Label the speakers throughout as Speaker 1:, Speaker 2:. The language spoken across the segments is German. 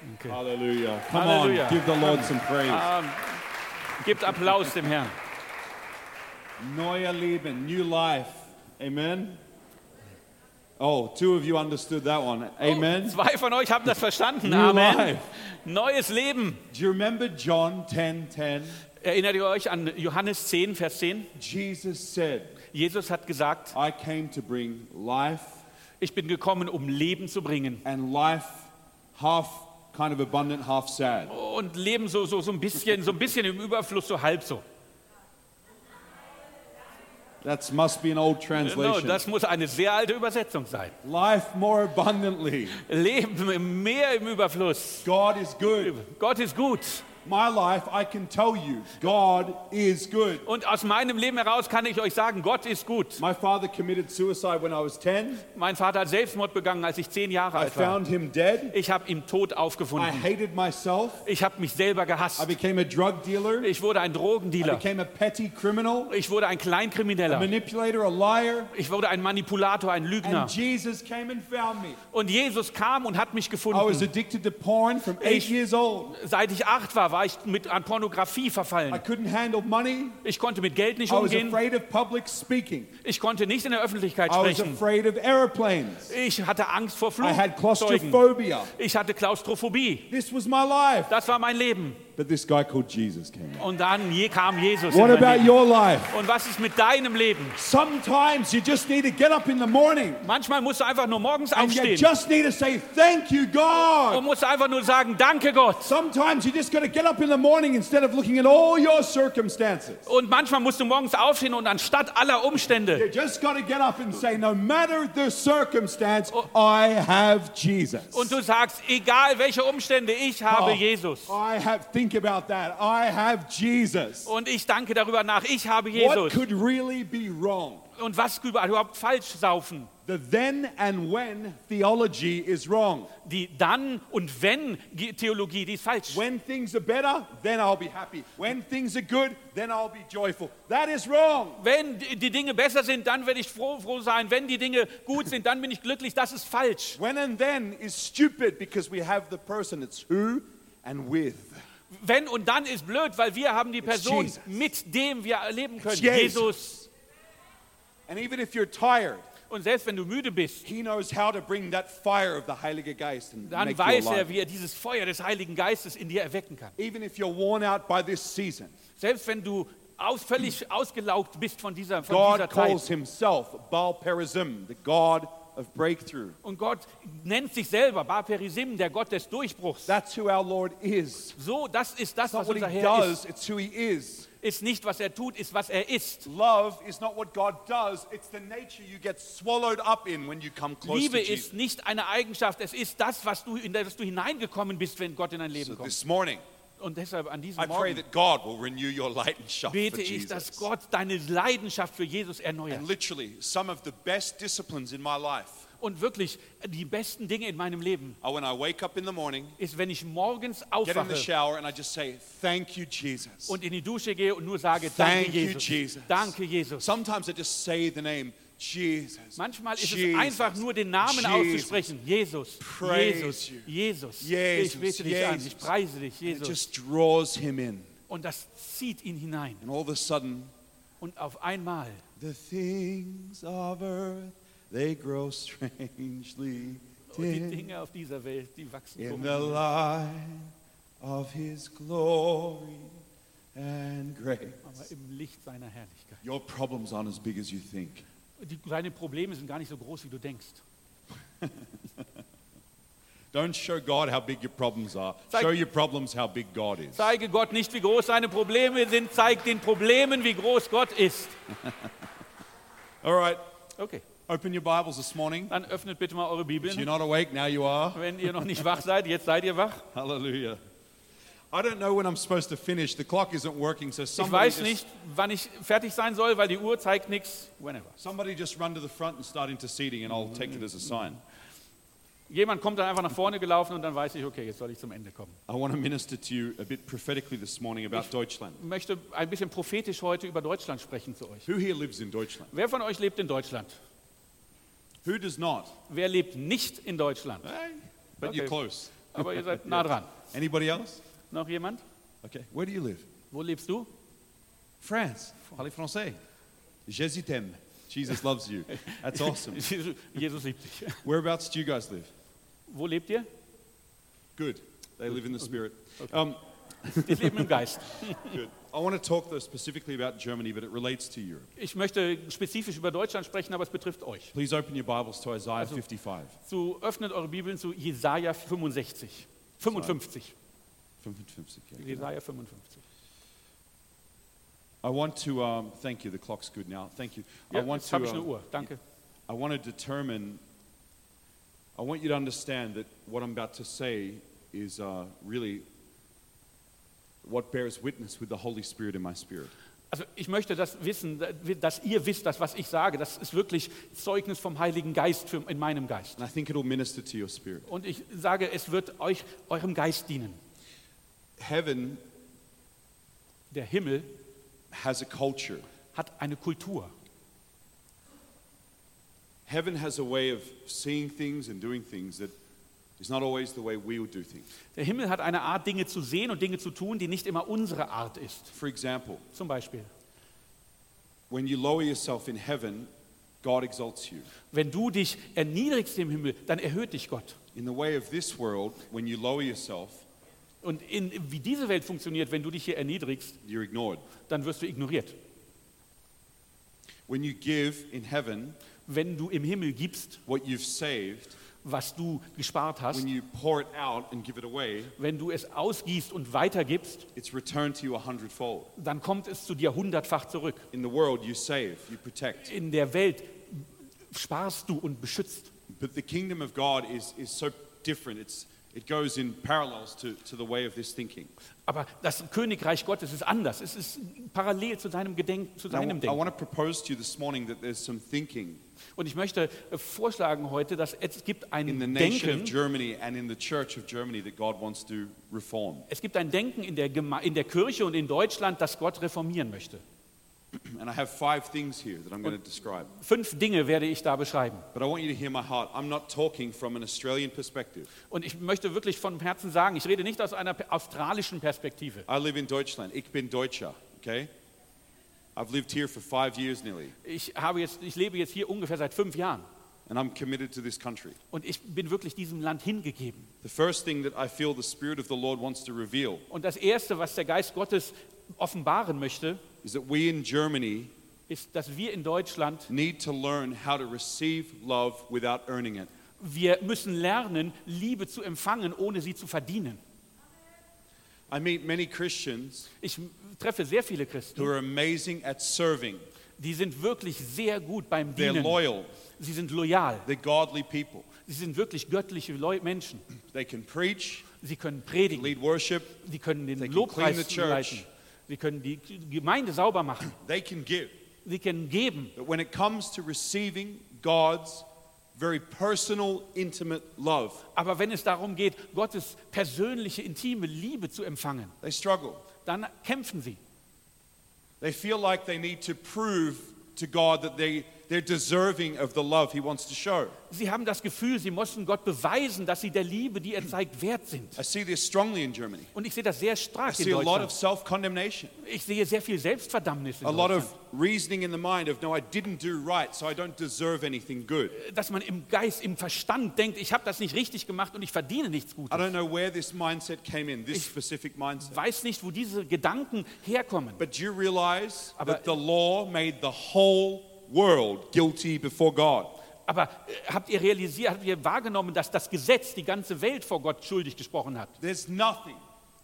Speaker 1: Danke.
Speaker 2: Hallelujah. Come
Speaker 1: Hallelujah.
Speaker 2: on, Uh, give the Lord some praise.
Speaker 1: Ähm, gebt Applaus dem Herrn.
Speaker 2: Neue Leben, new life. Amen. Oh, two of you understood that one. Amen.
Speaker 1: Oh, Zwei von euch haben das verstanden.
Speaker 2: New
Speaker 1: Amen.
Speaker 2: life.
Speaker 1: Neues Leben.
Speaker 2: Do you remember John 10:10? 10, 10?
Speaker 1: Erinnert ihr euch an Johannes 10, Vers 10?
Speaker 2: Jesus said,
Speaker 1: Jesus hat gesagt,
Speaker 2: I came to bring life
Speaker 1: ich bin gekommen, um Leben zu bringen.
Speaker 2: and life half kind of abundant, half sad.
Speaker 1: Und Leben so, so, so, ein bisschen, so ein bisschen im Überfluss, so halb so.
Speaker 2: That must be an old
Speaker 1: No,
Speaker 2: translation.
Speaker 1: Genau, das muss eine sehr alte Übersetzung sein.
Speaker 2: life more abundantly.
Speaker 1: Leben im Meer im Überfluss.
Speaker 2: God is good.
Speaker 1: Gott ist gut.
Speaker 2: My life, I can tell you, God is good.
Speaker 1: Und aus meinem Leben heraus kann ich euch sagen, Gott ist gut.
Speaker 2: My father committed suicide when I was 10.
Speaker 1: Mein Vater hat Selbstmord begangen, als ich zehn Jahre
Speaker 2: I
Speaker 1: alt war.
Speaker 2: found him dead.
Speaker 1: Ich habe ihn tot
Speaker 2: I
Speaker 1: aufgefunden.
Speaker 2: hated myself.
Speaker 1: Ich habe mich selber
Speaker 2: I
Speaker 1: gehasst.
Speaker 2: became a drug dealer.
Speaker 1: Ich wurde ein
Speaker 2: I
Speaker 1: Drogendealer.
Speaker 2: became a petty criminal,
Speaker 1: Ich wurde ein
Speaker 2: a
Speaker 1: Kleinkrimineller.
Speaker 2: manipulator, a liar.
Speaker 1: Ich wurde ein Manipulator, ein Lügner.
Speaker 2: And Jesus came and found me.
Speaker 1: Und Jesus kam und hat mich
Speaker 2: I was
Speaker 1: gefunden.
Speaker 2: addicted to porn from eight
Speaker 1: Ich-
Speaker 2: years old.
Speaker 1: Seit ich acht war, war ich mit an Pornografie
Speaker 2: I
Speaker 1: verfallen.
Speaker 2: couldn't handle money.
Speaker 1: Ich konnte mit Geld nicht
Speaker 2: I was
Speaker 1: umgehen.
Speaker 2: afraid of public speaking.
Speaker 1: Ich konnte nicht in der Öffentlichkeit
Speaker 2: I was
Speaker 1: sprechen.
Speaker 2: afraid of airplanes.
Speaker 1: Ich hatte Angst vor
Speaker 2: I had
Speaker 1: Flugzeugen.
Speaker 2: claustrophobia.
Speaker 1: Ich hatte Klaustrophobie.
Speaker 2: This was my life.
Speaker 1: Das war mein Leben.
Speaker 2: But this guy called Jesus came. along.
Speaker 1: Und dann je kam Jesus. in
Speaker 2: What
Speaker 1: mein
Speaker 2: about
Speaker 1: Leben.
Speaker 2: your life?
Speaker 1: Und was ist mit deinem Leben?
Speaker 2: Sometimes you just need to get up in the morning
Speaker 1: Manchmal musst du einfach nur morgens
Speaker 2: and you
Speaker 1: aufstehen
Speaker 2: just need to say, Thank you, God.
Speaker 1: und musst einfach nur sagen, danke Gott.
Speaker 2: Sometimes you just got to get up in the morning instead of looking at all your circumstances.
Speaker 1: Und manchmal musst du morgens aufstehen und anstatt aller Umstände,
Speaker 2: You just got to get up and say, no matter the circumstance, I have Jesus.
Speaker 1: und du sagst, egal welche Umstände, ich habe
Speaker 2: Oh,
Speaker 1: Jesus.
Speaker 2: I have, think about that. I have Jesus.
Speaker 1: Und ich danke darüber nach, ich habe
Speaker 2: What
Speaker 1: Oh, Jesus.
Speaker 2: could really be wrong?
Speaker 1: Und was überhaupt falsch saufen?
Speaker 2: The then and when theology is wrong.
Speaker 1: Die Dann- und Wenn-Theologie, die ist falsch.
Speaker 2: When things are better, then I'll be happy. When things are good, then I'll be joyful. That is wrong.
Speaker 1: Wenn die die Dinge besser sind, dann werde ich froh, froh sein. Wenn die Dinge gut sind, dann bin ich glücklich. Das ist falsch.
Speaker 2: When and then is stupid because we have the person. It's who and with.
Speaker 1: Wenn und dann ist blöd, weil wir haben die Person,
Speaker 2: Jesus.
Speaker 1: mit dem wir leben können.
Speaker 2: Jesus.
Speaker 1: Jesus.
Speaker 2: And even if you're tired,
Speaker 1: Und selbst wenn du müde bist,
Speaker 2: He knows how to bring that fire of the Heilige Geist and
Speaker 1: dann
Speaker 2: make you
Speaker 1: weiß
Speaker 2: alive.
Speaker 1: er, wie er dieses Feuer des Heiligen Geistes in dir erwecken kann.
Speaker 2: Even if you're worn out by this season,
Speaker 1: Selbst wenn du aus, völlig ausgelaugt bist von dieser, von dieser
Speaker 2: God
Speaker 1: Zeit.
Speaker 2: calls himself Baal Perazim, the God of breakthrough.
Speaker 1: Und Gott nennt sich selber Barperisim, der Gott des Durchbruchs.
Speaker 2: That's who our Lord is.
Speaker 1: So, das ist das,
Speaker 2: It's not
Speaker 1: was
Speaker 2: what
Speaker 1: unser
Speaker 2: he
Speaker 1: Herr
Speaker 2: does,
Speaker 1: ist.
Speaker 2: it's who he is.
Speaker 1: Ist nicht, was er tut, ist, was er ist.
Speaker 2: Love is not what God does, it's the nature you get swallowed up in when you come close
Speaker 1: Liebe
Speaker 2: to
Speaker 1: ist
Speaker 2: Jesus.
Speaker 1: nicht eine Eigenschaft, es ist das, was du, in das du hineingekommen bist, wenn Gott in dein Leben
Speaker 2: So
Speaker 1: kommt.
Speaker 2: this morning,
Speaker 1: Und deshalb an diesem
Speaker 2: I pray
Speaker 1: Morgen
Speaker 2: that God will renew your light and shine for
Speaker 1: bete ich,
Speaker 2: Jesus.
Speaker 1: dass Gott deine Leidenschaft für Jesus
Speaker 2: And
Speaker 1: erneuert.
Speaker 2: literally, some of the best disciplines in my life
Speaker 1: Und wirklich, die besten Dinge in meinem Leben
Speaker 2: are when I wake up in the morning,
Speaker 1: ist, wenn ich morgens
Speaker 2: get in the
Speaker 1: aufwache
Speaker 2: shower, and I just say, Thank you, Jesus.
Speaker 1: und in die Dusche gehe und nur sage,
Speaker 2: Thank
Speaker 1: danke
Speaker 2: you,
Speaker 1: Jesus,
Speaker 2: Jesus.
Speaker 1: danke Jesus.
Speaker 2: Sometimes I just say the name Jesus.
Speaker 1: Manchmal ist es
Speaker 2: Jesus,
Speaker 1: einfach nur den Namen
Speaker 2: Jesus.
Speaker 1: auszusprechen. Jesus,
Speaker 2: Praise
Speaker 1: Jesus,
Speaker 2: you.
Speaker 1: Jesus.
Speaker 2: Jesus,
Speaker 1: Ich bete dich an,
Speaker 2: Jesus.
Speaker 1: ich preise dich,
Speaker 2: And it
Speaker 1: Jesus.
Speaker 2: just draws him in.
Speaker 1: Und das zieht ihn hinein.
Speaker 2: And all of a sudden,
Speaker 1: Und auf einmal
Speaker 2: the things of earth, they grow strangely
Speaker 1: Und die
Speaker 2: dim
Speaker 1: Dinge auf dieser Welt, die wachsen um
Speaker 2: in the
Speaker 1: dumm.
Speaker 2: light of his glory and grace.
Speaker 1: aber im Licht seiner Herrlichkeit.
Speaker 2: Your problems aren't as big as you think.
Speaker 1: Und Die, deine Probleme sind gar nicht so groß, wie du denkst.
Speaker 2: Don't show God how big your problems are.
Speaker 1: Zeig-
Speaker 2: Show your problems how big God is.
Speaker 1: Zeige Gott nicht, wie groß seine Probleme sind, zeig den Problemen, wie groß Gott ist.
Speaker 2: All right,
Speaker 1: Okay,
Speaker 2: open your Bibles this morning.
Speaker 1: dann öffnet bitte mal eure
Speaker 2: If you're
Speaker 1: Bibeln.
Speaker 2: not awake, now you are.
Speaker 1: Wenn ihr noch nicht wach seid, jetzt seid ihr wach.
Speaker 2: Hallelujah. I don't know when I'm supposed to finish. The clock isn't working, so
Speaker 1: Ich
Speaker 2: somebody,
Speaker 1: weiß
Speaker 2: just,
Speaker 1: nicht, wann ich fertig sein soll, weil die Uhr zeigt nichts. Whenever.
Speaker 2: somebody just run to the front and start interceding, and I'll take it as a sign.
Speaker 1: Jemand kommt dann einfach nach vorne gelaufen und dann weiß ich, okay, jetzt soll ich zum Ende kommen.
Speaker 2: I want to minister to you a bit prophetically this morning about Deutschland.
Speaker 1: Ich möchte ein bisschen prophetisch heute über Deutschland sprechen zu euch.
Speaker 2: Who here lives in Deutschland?
Speaker 1: Wer von euch lebt in Deutschland?
Speaker 2: Who does not?
Speaker 1: Wer lebt nicht in Deutschland?
Speaker 2: Hey, but you're
Speaker 1: Okay.
Speaker 2: close.
Speaker 1: aber ihr seid nah dran.
Speaker 2: Anybody else?
Speaker 1: Noch jemand?
Speaker 2: Okay. Where do you live?
Speaker 1: Wo lebst du?
Speaker 2: France. Parlez français. Jésus t'aime. Jesus loves you. That's awesome.
Speaker 1: Jesus Jesus liebt dich.
Speaker 2: Whereabouts do you guys live?
Speaker 1: Wo lebt ihr?
Speaker 2: Good. They live in the spirit. Um,
Speaker 1: Die leben im Geist.
Speaker 2: good. I want to talk though specifically about Germany, but it relates to Europe.
Speaker 1: Ich möchte spezifisch über Deutschland sprechen, aber es betrifft euch.
Speaker 2: Please open your Bibles to Isaiah 55.
Speaker 1: Zu, öffnet eure Bibeln zu Jesaja 65. 55.
Speaker 2: 55, yeah.
Speaker 1: Jesaja 55.
Speaker 2: I want to um, thank you. The clock's good now. Thank you. I
Speaker 1: Ja,
Speaker 2: want
Speaker 1: jetzt
Speaker 2: to.
Speaker 1: habe ich eine
Speaker 2: um,
Speaker 1: Uhr. Danke.
Speaker 2: I want to determine. I want you to understand that what I'm about to say is uh, really what bears witness with the Holy Spirit in my spirit.
Speaker 1: Also ich möchte das wissen, dass ihr wisst, dass was ich sage, das ist wirklich Zeugnis vom Heiligen Geist für, in meinem Geist.
Speaker 2: And I think it'll minister to your spirit.
Speaker 1: Und ich sage, es wird euch, eurem Geist dienen.
Speaker 2: Heaven
Speaker 1: Der Himmel
Speaker 2: has a culture.
Speaker 1: hat eine Kultur.
Speaker 2: Heaven has a way of seeing things and doing things that is not always the way we would do things.
Speaker 1: Der Himmel hat eine Art, Dinge zu sehen und Dinge zu tun, die nicht immer unsere Art ist.
Speaker 2: For example,
Speaker 1: Zum Beispiel,
Speaker 2: when you lower yourself in heaven, God exalts you.
Speaker 1: wenn du dich erniedrigst im Himmel, dann erhöht dich Gott.
Speaker 2: In the way of this world, when you lower yourself,
Speaker 1: Und in, wie diese Welt funktioniert, wenn du dich hier erniedrigst,
Speaker 2: you're ignored.
Speaker 1: dann wirst du ignoriert.
Speaker 2: When you give in heaven
Speaker 1: Wenn du im Himmel gibst,
Speaker 2: what you've saved,
Speaker 1: was du gespart hast,
Speaker 2: when you pour it out and give it away,
Speaker 1: wenn du es ausgießt und weitergibst,
Speaker 2: it's returned to you a hundredfold.
Speaker 1: dann kommt es zu dir hundertfach zurück.
Speaker 2: In the world, you save, you protect.
Speaker 1: In der Welt sparst du und beschützt.
Speaker 2: But the kingdom of God is, is so different. It's, it goes in parallels to, to the way of this thinking.
Speaker 1: Aber das Königreich Gottes ist anders. Es ist parallel zu deinem Gedenken, zu
Speaker 2: And I
Speaker 1: deinem
Speaker 2: wa- I
Speaker 1: Denken.
Speaker 2: want to propose to you this morning that there's some thinking
Speaker 1: Und ich möchte äh, vorschlagen heute, dass es gibt
Speaker 2: in
Speaker 1: ein
Speaker 2: the nation of
Speaker 1: Denken,
Speaker 2: Germany and in the church of Germany that God wants to reform.
Speaker 1: es gibt ein Denken in der, Geme in der Kirche und in Deutschland, das Gott reformieren möchte.
Speaker 2: And I have five things here that I'm going to describe.
Speaker 1: Fünf Dinge werde ich da beschreiben.
Speaker 2: But I want you to hear my heart. I'm not talking from an Australian perspective.
Speaker 1: Und ich möchte wirklich von Herzen sagen, ich rede nicht aus einer pe- australischen Perspektive.
Speaker 2: I live in Deutschland. Ich bin Deutscher, okay? I've lived here for five years nearly,
Speaker 1: Ich, habe jetzt, ich lebe jetzt hier ungefähr seit fünf Jahren
Speaker 2: and I'm committed to this country.
Speaker 1: und ich bin wirklich diesem Land hingegeben.
Speaker 2: The first thing that I feel the Spirit of the Lord wants to reveal
Speaker 1: Und das Erste, was der Geist Gottes offenbaren möchte,
Speaker 2: is that we in Germany
Speaker 1: ist, dass wir in Deutschland,
Speaker 2: need to learn how to receive love without earning it.
Speaker 1: wir müssen lernen, Liebe zu empfangen, ohne sie zu verdienen.
Speaker 2: I meet many Christians
Speaker 1: Ich treffe sehr viele
Speaker 2: who
Speaker 1: Christen,
Speaker 2: are amazing at serving.
Speaker 1: die sind wirklich sehr gut beim
Speaker 2: They're
Speaker 1: Dienen.
Speaker 2: loyal.
Speaker 1: Sie sind loyal.
Speaker 2: They're godly people.
Speaker 1: Sie sind wirklich göttliche Leu Menschen.
Speaker 2: They can preach,
Speaker 1: Sie können predigen.
Speaker 2: lead worship,
Speaker 1: Sie können den
Speaker 2: They can
Speaker 1: Lobpreis
Speaker 2: clean the church.
Speaker 1: leiten. Sie können die Gemeinde sauber machen.
Speaker 2: they can give.
Speaker 1: Sie können geben.
Speaker 2: But when it comes to receiving God's very personal, intimate love,
Speaker 1: Aber wenn es darum geht, Gottes persönliche, intime Liebe zu empfangen,
Speaker 2: they struggle.
Speaker 1: dann kämpfen sie.
Speaker 2: They feel like they need to prove to God that they, they're deserving of the love He wants to show.
Speaker 1: Sie haben das Gefühl, sie mussten Gott beweisen, dass sie der Liebe, die er zeigt, wert sind.
Speaker 2: I see this strongly in Germany.
Speaker 1: Und ich sehe das sehr
Speaker 2: I
Speaker 1: stark in
Speaker 2: see a lot of
Speaker 1: Deutschland.
Speaker 2: self condemnation,
Speaker 1: Ich sehe sehr viel Selbstverdammnis in
Speaker 2: a lot
Speaker 1: Deutschland.
Speaker 2: of reasoning in the mind of, no, I didn't do right, so I don't deserve anything good.
Speaker 1: Dass man im Geist, im Verstand denkt, ich habe das nicht richtig gemacht und ich verdiene nichts
Speaker 2: I
Speaker 1: Gutes.
Speaker 2: don't know where this mindset came in, this specific mindset.
Speaker 1: Ich weiß nicht, wo diese Gedanken herkommen.
Speaker 2: But do you realize
Speaker 1: Aber-
Speaker 2: that the law made the whole world guilty before God?
Speaker 1: Aber äh, habt ihr realisiert, habt ihr wahrgenommen, dass das Gesetz die ganze Welt vor Gott schuldig gesprochen hat?
Speaker 2: There's nothing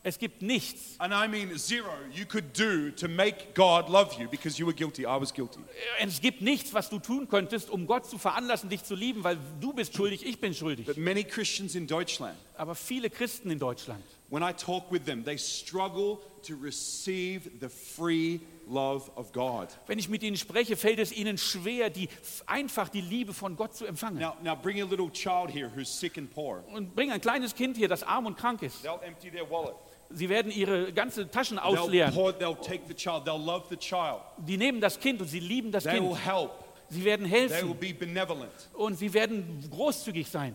Speaker 1: Es gibt nichts.
Speaker 2: And I mean zero you could do to make God love you because you were guilty. I was guilty.
Speaker 1: Äh, Es gibt nichts, was du tun könntest, um Gott zu veranlassen, dich zu lieben, weil du bist schuldig, ich bin schuldig.
Speaker 2: But many Christians in Deutschland,
Speaker 1: Aber viele Christen in Deutschland
Speaker 2: when I talk with them, they struggle to receive the free love of God.
Speaker 1: Wenn ich mit ihnen spreche, fällt es ihnen schwer, die, einfach die Liebe von Gott zu empfangen.
Speaker 2: Now, now bring a little child here who's sick and poor.
Speaker 1: Und bring ein kleines Kind hier, das arm und krank ist.
Speaker 2: They'll empty their wallet.
Speaker 1: Sie werden ihre ganzen Taschen
Speaker 2: They'll,
Speaker 1: ausleeren.
Speaker 2: pour, they'll take the child. They'll love the child.
Speaker 1: Die nehmen das Kind und sie lieben das
Speaker 2: They will
Speaker 1: Kind.
Speaker 2: help.
Speaker 1: Sie werden
Speaker 2: They will
Speaker 1: helfen
Speaker 2: be benevolent.
Speaker 1: und sie werden großzügig sein.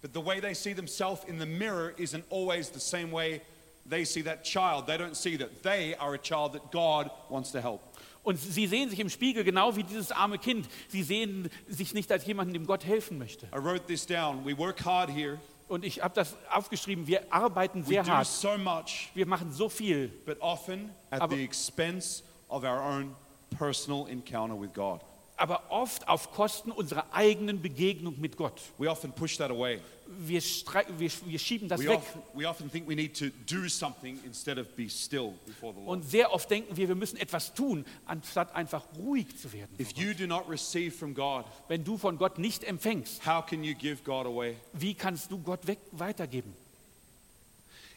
Speaker 2: But the way they see themselves in the mirror isn't always the same way they see that child. They don't see that they are a child that God wants to help.
Speaker 1: Und sie sehen sich im Spiegel genau wie dieses arme Kind. Sie sehen sich nicht als jemanden, dem Gott helfen möchte.
Speaker 2: I wrote this down. We work hard here.
Speaker 1: Und ich habe das aufgeschrieben, wir arbeiten
Speaker 2: We
Speaker 1: sehr
Speaker 2: do
Speaker 1: hart.
Speaker 2: so much,
Speaker 1: Wir machen so viel,
Speaker 2: but often at
Speaker 1: Aber-
Speaker 2: the expense of our own personal encounter with God.
Speaker 1: aber oft auf Kosten unserer eigenen Begegnung mit Gott.
Speaker 2: We often push that away.
Speaker 1: Wir, strei- wir, wir schieben das
Speaker 2: We
Speaker 1: weg.
Speaker 2: often, we often think we need to do something instead of be still before the Lord.
Speaker 1: Und sehr oft denken wir, wir müssen etwas tun, anstatt einfach ruhig zu werden.
Speaker 2: If you do not receive from God,
Speaker 1: Wenn du von Gott nicht empfängst,
Speaker 2: how can you give God away?
Speaker 1: wie kannst du Gott weg weitergeben?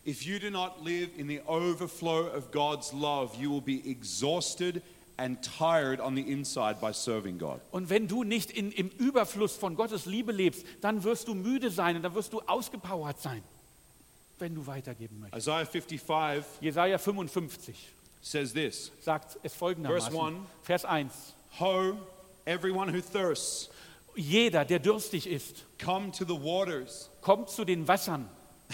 Speaker 2: If you do not live in the overflow of God's love, you will be exhausted and tired on the inside by serving God.
Speaker 1: Und wenn du nicht in, im Überfluss von Gottes Liebe lebst, dann wirst du müde sein und dann wirst du ausgepowert sein, wenn du weitergeben möchtest.
Speaker 2: Isaiah 55
Speaker 1: Jesaja 55
Speaker 2: says this
Speaker 1: sagt es folgendermaßen.
Speaker 2: Verse one.
Speaker 1: Vers 1.
Speaker 2: Ho, everyone who thirsts,
Speaker 1: Jeder, der dürstig ist,
Speaker 2: come to the waters.
Speaker 1: kommt zu den Wassern.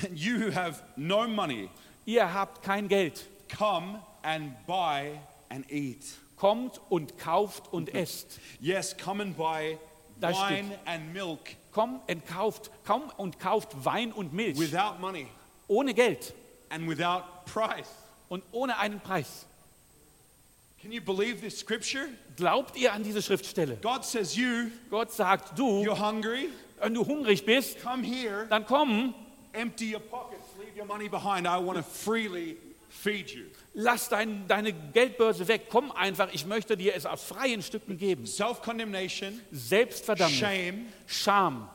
Speaker 2: And you who have no money,
Speaker 1: Ihr habt kein Geld.
Speaker 2: come and buy and eat.
Speaker 1: Kommt und kauft
Speaker 2: Mhm.
Speaker 1: und esst.
Speaker 2: Yes, come and buy
Speaker 1: Da steht-
Speaker 2: wine and milk
Speaker 1: Kommt und kauft, kommt und kauft Wein und Milch.
Speaker 2: without money
Speaker 1: ohne Geld
Speaker 2: and without price.
Speaker 1: und ohne einen Preis.
Speaker 2: Can you believe this scripture?
Speaker 1: Glaubt ihr an diese Schriftstelle?
Speaker 2: God says, You,
Speaker 1: Gott sagt, du,
Speaker 2: you're hungry,
Speaker 1: wenn du hungrig bist,
Speaker 2: come here,
Speaker 1: dann komm,
Speaker 2: empty your pockets, leave your money behind. I want to freely feed you.
Speaker 1: lass dein, deine Geldbörse weg, komm einfach, ich möchte dir es aus freien Stücken geben.
Speaker 2: Self condemnation,
Speaker 1: Selbstverdammnis,
Speaker 2: shame,
Speaker 1: Scham,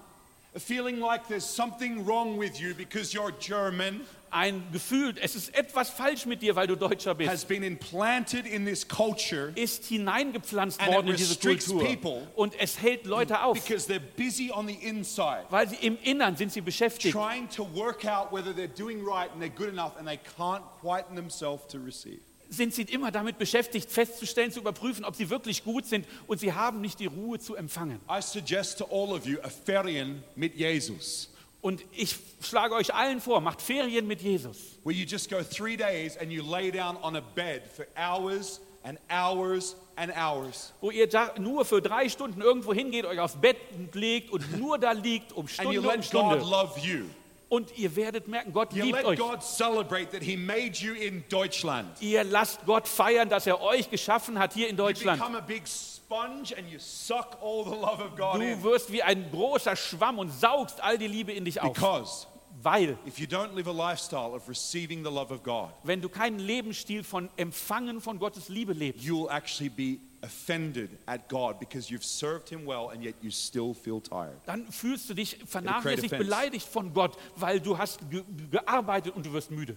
Speaker 2: feeling like there's something wrong with you because you're German.
Speaker 1: ein Gefühl, es ist etwas falsch mit dir, weil du Deutscher bist,
Speaker 2: has been implanted in this culture
Speaker 1: ist hineingepflanzt
Speaker 2: And it
Speaker 1: worden in diese
Speaker 2: restricts
Speaker 1: Kultur.
Speaker 2: people.
Speaker 1: Und es hält Leute auf,
Speaker 2: because they're busy on the inside
Speaker 1: weil sie im Innern sind sie beschäftigt.
Speaker 2: trying to work out whether they're doing right and they're good enough and they can't quieten themselves to receive.
Speaker 1: Sind sie immer damit beschäftigt, festzustellen, zu überprüfen, ob sie wirklich gut sind und sie haben nicht die Ruhe zu empfangen.
Speaker 2: I suggest to all of you a Ferien mit Jesus,
Speaker 1: Und ich schlage euch allen vor, macht Ferien mit Jesus.
Speaker 2: where you just go three days and you lay down on a bed for hours and hours and hours.
Speaker 1: Wo ihr da nur für drei Stunden irgendwo hingeht, euch aufs Bett legt und nur da liegt, um
Speaker 2: And you
Speaker 1: Stunde um
Speaker 2: let God
Speaker 1: Stunde.
Speaker 2: love you.
Speaker 1: Und ihr werdet merken, Gott
Speaker 2: You
Speaker 1: liebt
Speaker 2: let
Speaker 1: euch.
Speaker 2: God celebrate that He made you in Deutschland.
Speaker 1: Ihr lasst Gott feiern, dass er euch geschaffen hat hier in
Speaker 2: You
Speaker 1: Deutschland.
Speaker 2: become a big sponge and you suck all the love of God in.
Speaker 1: Du wirst wie ein großer Schwamm und saugst all die Liebe in dich auf.
Speaker 2: Because
Speaker 1: Weil,
Speaker 2: If you don't live a lifestyle of receiving the love of God,
Speaker 1: wenn du keinen Lebensstil von Empfangen von Gottes Liebe lebst,
Speaker 2: you will actually be offended at God because you've served Him well and yet you still feel tired.
Speaker 1: dann fühlst du dich
Speaker 2: create
Speaker 1: vernachlässigt,
Speaker 2: offense.
Speaker 1: beleidigt von Gott, weil du hast ge gearbeitet und du wirst müde.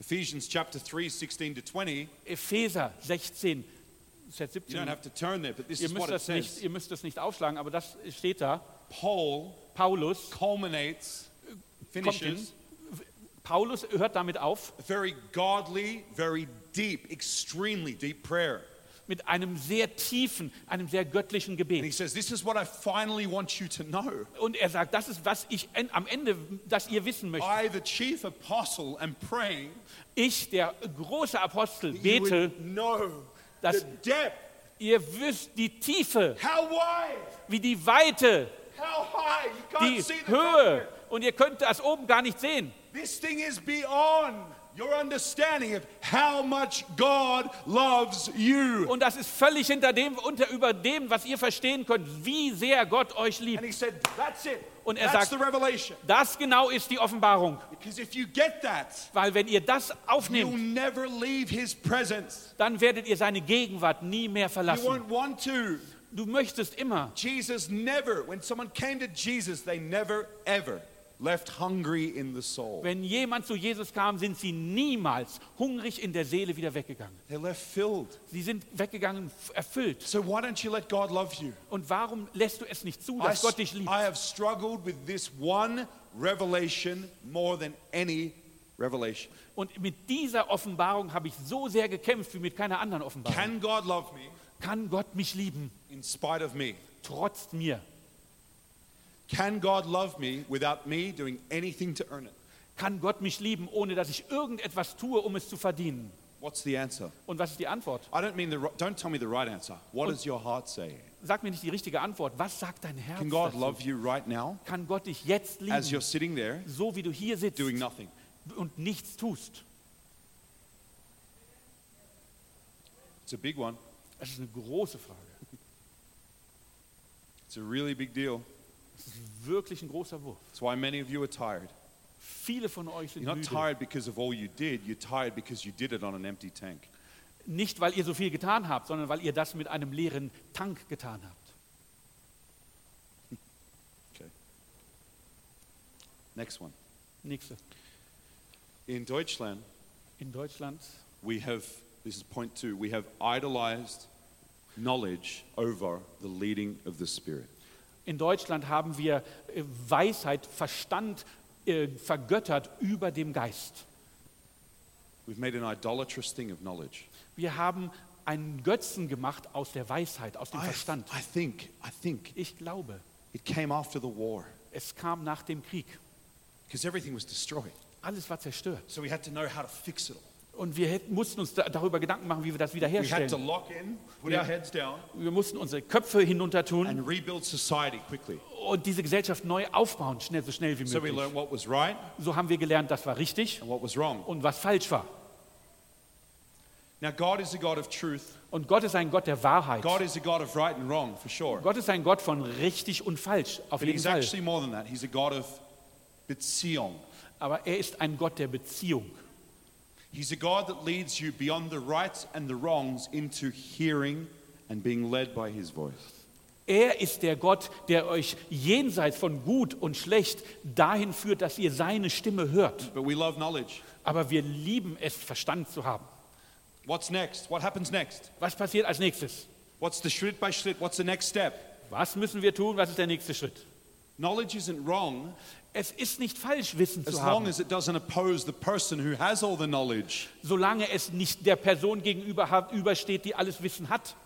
Speaker 2: Ephesians chapter 3, 16 to 20.
Speaker 1: Epheser 16, Vers
Speaker 2: You don't
Speaker 1: 17.
Speaker 2: have to turn there, but this
Speaker 1: Ihr
Speaker 2: is
Speaker 1: müsst,
Speaker 2: what it
Speaker 1: das nicht,
Speaker 2: says.
Speaker 1: ihr müsst das nicht aufschlagen, aber das steht da.
Speaker 2: Paul
Speaker 1: Paulus,
Speaker 2: culminates,
Speaker 1: kommt hin.
Speaker 2: finishes
Speaker 1: Paulus hört damit auf
Speaker 2: a very godly, very deep, extremely deep prayer.
Speaker 1: mit einem sehr tiefen, einem sehr göttlichen
Speaker 2: And he
Speaker 1: Gebet.
Speaker 2: says, This is what I finally want you to know.
Speaker 1: Und er sagt, das ist, was ich en am Ende, das ihr wissen möchtet.
Speaker 2: I, the chief apostle, am praying
Speaker 1: Ich, der große Apostel,
Speaker 2: that you
Speaker 1: bete,
Speaker 2: would know
Speaker 1: dass-
Speaker 2: the depth
Speaker 1: ihr wisst die Tiefe,
Speaker 2: How wide?
Speaker 1: wie die Weite,
Speaker 2: How high? You can't
Speaker 1: die
Speaker 2: see the
Speaker 1: Höhe.
Speaker 2: cockpit.
Speaker 1: Und ihr könnt das oben gar nicht sehen.
Speaker 2: This thing is beyond your understanding of how much God loves you.
Speaker 1: Und das ist völlig hinter dem, unter, über dem, was ihr verstehen könnt, wie sehr Gott euch
Speaker 2: And
Speaker 1: liebt.
Speaker 2: he said, That's it.
Speaker 1: Und er
Speaker 2: That's
Speaker 1: sagt-
Speaker 2: the revelation.
Speaker 1: Das genau ist die Offenbarung.
Speaker 2: Because if you get that,
Speaker 1: Weil wenn ihr das
Speaker 2: you'll
Speaker 1: aufnehmt,
Speaker 2: never leave his presence.
Speaker 1: dann werdet ihr seine Gegenwart nie mehr
Speaker 2: You
Speaker 1: verlassen.
Speaker 2: won't want to.
Speaker 1: Du möchtest immer.
Speaker 2: Jesus never, when someone came to Jesus, they never, ever left hungry in the soul.
Speaker 1: Wenn jemand zu Jesus kam, sind sie niemals hungrig in der Seele wieder weggegangen.
Speaker 2: They left filled.
Speaker 1: Sie sind weggegangen f- erfüllt.
Speaker 2: So why don't you let God love you?
Speaker 1: Und warum lässt du es nicht zu,
Speaker 2: I,
Speaker 1: dass Gott dich liebt?
Speaker 2: I have struggled with this one revelation more than any revelation.
Speaker 1: Und mit dieser Offenbarung habe ich so sehr gekämpft wie mit keiner anderen Offenbarung.
Speaker 2: Can God love me
Speaker 1: Kann Gott mich lieben,
Speaker 2: in spite of me?
Speaker 1: trotz mir?
Speaker 2: Can God love me without me doing anything to earn it?
Speaker 1: Kann Gott mich lieben, ohne dass ich irgendetwas tue, um es zu verdienen?
Speaker 2: What's the answer?
Speaker 1: Und was ist die Antwort?
Speaker 2: I don't mean the. ri- Don't tell me the right answer. What does your heart say?
Speaker 1: Sag mir nicht die richtige Antwort. Was sagt dein Herz?
Speaker 2: Can God
Speaker 1: dazu?
Speaker 2: love you right now
Speaker 1: Kann Gott dich jetzt
Speaker 2: as you're
Speaker 1: lieben,
Speaker 2: sitting there
Speaker 1: so wie du hier sitzt
Speaker 2: doing nothing?
Speaker 1: und nichts tust?
Speaker 2: It's a big one.
Speaker 1: Das ist eine große Frage.
Speaker 2: It's a really big deal.
Speaker 1: Das ist wirklich ein großer Wurf.
Speaker 2: That's why many of you are tired.
Speaker 1: Viele von euch sind
Speaker 2: You're not
Speaker 1: müde.
Speaker 2: tired because of all you did. You're tired because you did it on an empty tank.
Speaker 1: Nicht, weil ihr so viel getan habt, sondern weil ihr das mit einem leeren Tank getan habt.
Speaker 2: Okay. Next one.
Speaker 1: Nächste.
Speaker 2: In Deutschland,
Speaker 1: In Deutschland
Speaker 2: we have this is point two. We have idolized knowledge over the leading of the Spirit.
Speaker 1: In Deutschland haben wir äh, Weisheit, Verstand äh, vergöttert über dem Geist.
Speaker 2: We've made an idolatrous thing of knowledge.
Speaker 1: Wir haben einen Götzen gemacht aus der Weisheit, aus dem
Speaker 2: I,
Speaker 1: Verstand.
Speaker 2: I think, I think
Speaker 1: Ich glaube,
Speaker 2: it came after the war
Speaker 1: es kam nach dem Krieg.
Speaker 2: because everything was destroyed.
Speaker 1: Alles war zerstört.
Speaker 2: So we had to know how to fix it all.
Speaker 1: Und wir hätten, mussten uns da, darüber Gedanken machen, wie wir das
Speaker 2: We had to
Speaker 1: wiederherstellen.
Speaker 2: lock in, put
Speaker 1: Yeah.
Speaker 2: our heads down,
Speaker 1: Wir mussten unsere Köpfe hinunter tun
Speaker 2: and rebuild society quickly.
Speaker 1: und diese Gesellschaft neu aufbauen, schnell, so schnell wie
Speaker 2: So we
Speaker 1: möglich.
Speaker 2: learned what was right
Speaker 1: So haben wir gelernt, das war richtig
Speaker 2: and what was wrong.
Speaker 1: und was falsch war.
Speaker 2: Now, God is a God of truth.
Speaker 1: Und Gott ist ein Gott der Wahrheit.
Speaker 2: God is a God of right and wrong, for sure.
Speaker 1: Gott ist ein Gott von richtig und falsch, auf
Speaker 2: But
Speaker 1: jeden
Speaker 2: He's
Speaker 1: Fall.
Speaker 2: actually more than that. He's a God of Beziehung.
Speaker 1: Aber er ist ein Gott der Beziehung.
Speaker 2: He's a God that leads you beyond the rights and the wrongs into hearing and being led by His voice.
Speaker 1: Er ist der Gott, der euch jenseits von gut und schlecht dahin führt, dass ihr seine Stimme hört.
Speaker 2: But we love knowledge.
Speaker 1: Aber wir lieben es, Verstand zu haben.
Speaker 2: What's next? What happens next?
Speaker 1: Was passiert als nächstes?
Speaker 2: What's the Schritt by Schritt? What's the next step?
Speaker 1: Was müssen wir tun? Was ist der nächste Schritt?
Speaker 2: Knowledge isn't wrong
Speaker 1: Es ist nicht falsch, Wissen
Speaker 2: as
Speaker 1: zu
Speaker 2: long
Speaker 1: haben,
Speaker 2: as it doesn't oppose the person who has all the knowledge.
Speaker 1: solange es nicht der Person gegenüber ha- übersteht, die alles Wissen hat.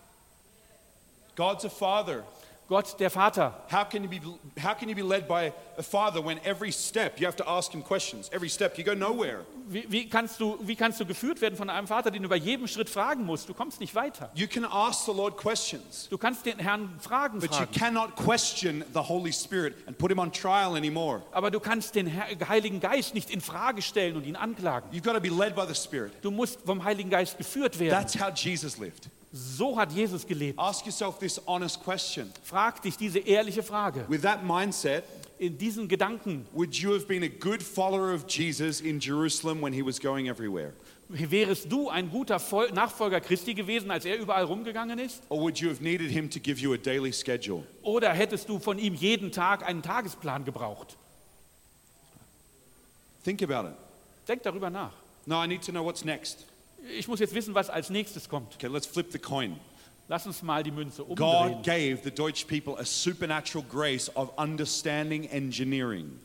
Speaker 2: God's a father.
Speaker 1: Gott, der Vater.
Speaker 2: How can, you be, how can you be led by a father when every step you have to ask him questions? Every step you go nowhere.
Speaker 1: Wie, wie, kannst du, wie kannst du geführt werden von einem Vater, den du bei jedem Schritt fragen musst? Du kommst nicht weiter.
Speaker 2: You can ask the Lord questions,
Speaker 1: Du kannst den Herrn Fragen
Speaker 2: but you
Speaker 1: fragen,
Speaker 2: cannot question the Holy Spirit and put him on trial anymore.
Speaker 1: aber du kannst den Her- Heiligen Geist nicht in Frage stellen und ihn anklagen.
Speaker 2: You've got to be led by the Spirit.
Speaker 1: Du musst vom Heiligen Geist geführt werden.
Speaker 2: That's how Jesus lived.
Speaker 1: So hat Jesus gelebt.
Speaker 2: Ask yourself this honest question.
Speaker 1: Frag dich diese ehrliche Frage.
Speaker 2: With that mindset,
Speaker 1: In diesen Gedanken
Speaker 2: would you have been a good follower of Jesus in Jerusalem when he was going everywhere?
Speaker 1: wärest du ein guter Fol- Nachfolger Christi gewesen, als er überall rumgegangen ist?
Speaker 2: Or would you have needed him to give you a daily schedule?
Speaker 1: Oder hättest du von ihm jeden Tag einen Tagesplan gebraucht?
Speaker 2: Think about it.
Speaker 1: Denk darüber nach.
Speaker 2: No, I need to know what's next.
Speaker 1: Ich muss jetzt wissen, was als nächstes kommt.
Speaker 2: Okay, let's flip the coin.
Speaker 1: Lass uns mal die Münze umdrehen.
Speaker 2: God gave the Deutsch people a supernatural grace of understanding engineering.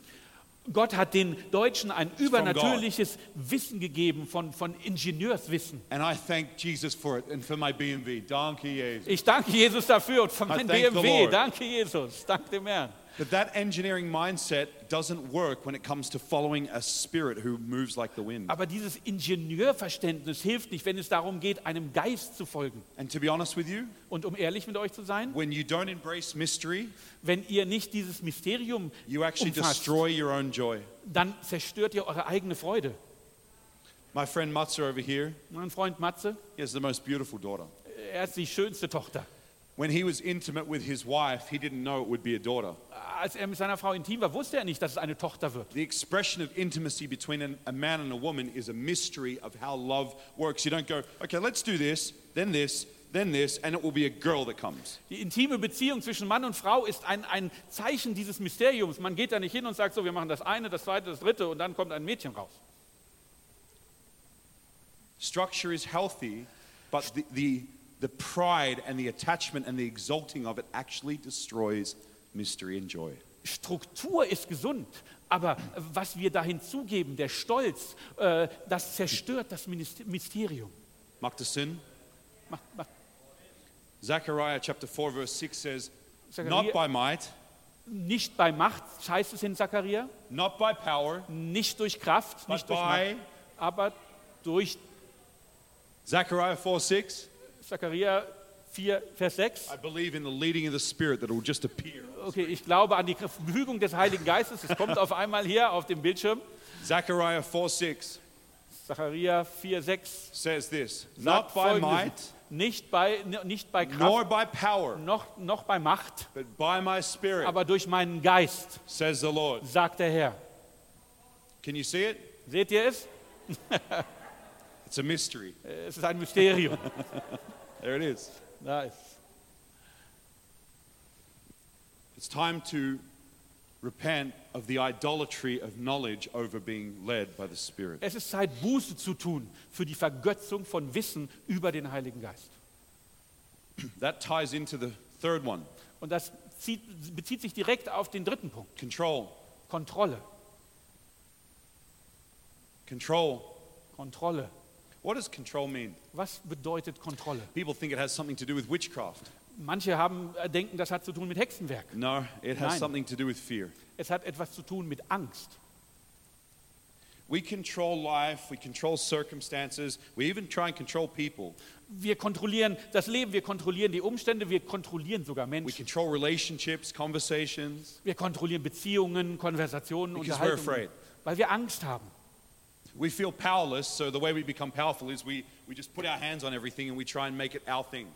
Speaker 1: Gott hat den Deutschen ein übernatürliches Wissen gegeben von, von Ingenieurswissen.
Speaker 2: And I thank Jesus for it and for my BMV. Donkey years.
Speaker 1: Ich danke Jesus dafür und für
Speaker 2: I
Speaker 1: mein
Speaker 2: thank the
Speaker 1: BMW.
Speaker 2: Lord.
Speaker 1: Danke Jesus. Danke dem Herrn.
Speaker 2: But that engineering mindset doesn't work when it comes to following a spirit who moves like the wind.
Speaker 1: Aber dieses Ingenieurverständnis hilft nicht, wenn es darum geht, einem Geist zu folgen.
Speaker 2: And to be honest with you,
Speaker 1: Und um ehrlich mit euch zu sein,
Speaker 2: when you don't embrace mystery,
Speaker 1: wenn ihr nicht dieses Mysterium
Speaker 2: you actually
Speaker 1: umfasst,
Speaker 2: destroy your own joy.
Speaker 1: dann zerstört ihr eure eigene Freude.
Speaker 2: My friend Mutzer over here,
Speaker 1: Mein Freund Matze,
Speaker 2: he has the most beautiful daughter.
Speaker 1: er ist die schönste Tochter.
Speaker 2: When he was intimate with his wife, he didn't know it would be a daughter.
Speaker 1: Als er mit seiner Frau intim war, wusste er nicht, dass es eine Tochter wird.
Speaker 2: The expression of intimacy between an, a man and a woman is a mystery of how love works. You don't go, okay, let's do this, then this, then this, and it will be a girl that comes.
Speaker 1: Die intime Beziehung zwischen Mann und Frau ist ein, ein Zeichen dieses Mysteriums. Man geht da nicht hin und sagt so, wir machen das eine, das zweite, das dritte und dann kommt ein Mädchen raus.
Speaker 2: Structure is healthy, but the, the, the pride and the attachment and the exalting of it actually destroys mystery and joy.
Speaker 1: Struktur ist gesund, aber was wir dahin zugeben, der Stolz, äh, das zerstört das Minis- Mysterium.
Speaker 2: Maktasin,
Speaker 1: Mach, mach.
Speaker 2: Zechariah chapter 4, verse 6 says,
Speaker 1: Zechariah-
Speaker 2: Not by might
Speaker 1: Nicht bei Macht, heißt es in Zachariah,
Speaker 2: not by power.
Speaker 1: nicht durch Kraft,
Speaker 2: But
Speaker 1: nicht durch
Speaker 2: by-
Speaker 1: Macht, aber durch
Speaker 2: Zechariah 4 6.
Speaker 1: Zachariah 4, Vers 6.
Speaker 2: I believe in the leading of the Spirit that it will just appear.
Speaker 1: Okay, ich glaube an die Verfügung des Heiligen Geistes. Es kommt auf einmal hier auf dem Bildschirm.
Speaker 2: Zechariah 4 6
Speaker 1: Zachariah 4, 6.
Speaker 2: says this
Speaker 1: sagt
Speaker 2: Not by
Speaker 1: Folgendes.
Speaker 2: might,
Speaker 1: Nicht bei, nicht bei
Speaker 2: nor
Speaker 1: Kraft,
Speaker 2: by power,
Speaker 1: noch, noch bei Macht,
Speaker 2: but by my Spirit,
Speaker 1: aber durch meinen Geist,
Speaker 2: says the Lord.
Speaker 1: sagt der Herr.
Speaker 2: Can you see it?
Speaker 1: Seht ihr es?
Speaker 2: It's a mystery.
Speaker 1: Es ist ein Mysterium.
Speaker 2: There it is.
Speaker 1: Da ist-
Speaker 2: It's time to repent of the idolatry of knowledge over being led by the Spirit.
Speaker 1: Es ist Zeit, Buße zu tun für die Vergötzung von Wissen über den Heiligen Geist.
Speaker 2: That ties into the third one
Speaker 1: Und das zieht, bezieht sich direkt auf den dritten Punkt,
Speaker 2: control.
Speaker 1: Kontrolle.
Speaker 2: Control.
Speaker 1: Kontrolle.
Speaker 2: What does control mean?
Speaker 1: Was bedeutet Kontrolle?
Speaker 2: People think it has something to do with witchcraft.
Speaker 1: Manche haben, äh, denken, das hat zu tun mit Hexenwerk.
Speaker 2: No, it has
Speaker 1: Nein.
Speaker 2: something to do with fear.
Speaker 1: Es hat etwas zu tun mit Angst.
Speaker 2: We control life, we control circumstances, we even try and control people.
Speaker 1: Wir kontrollieren das Leben, wir kontrollieren die Umstände, wir kontrollieren sogar
Speaker 2: We
Speaker 1: Menschen.
Speaker 2: control relationships, conversations.
Speaker 1: Wir kontrollieren Beziehungen, Konversationen,
Speaker 2: Because we're afraid.
Speaker 1: Unterhaltungen, weil wir Angst haben.
Speaker 2: We feel powerless, so the way we become powerful is we, we just put our hands on everything and we try and make it our thing.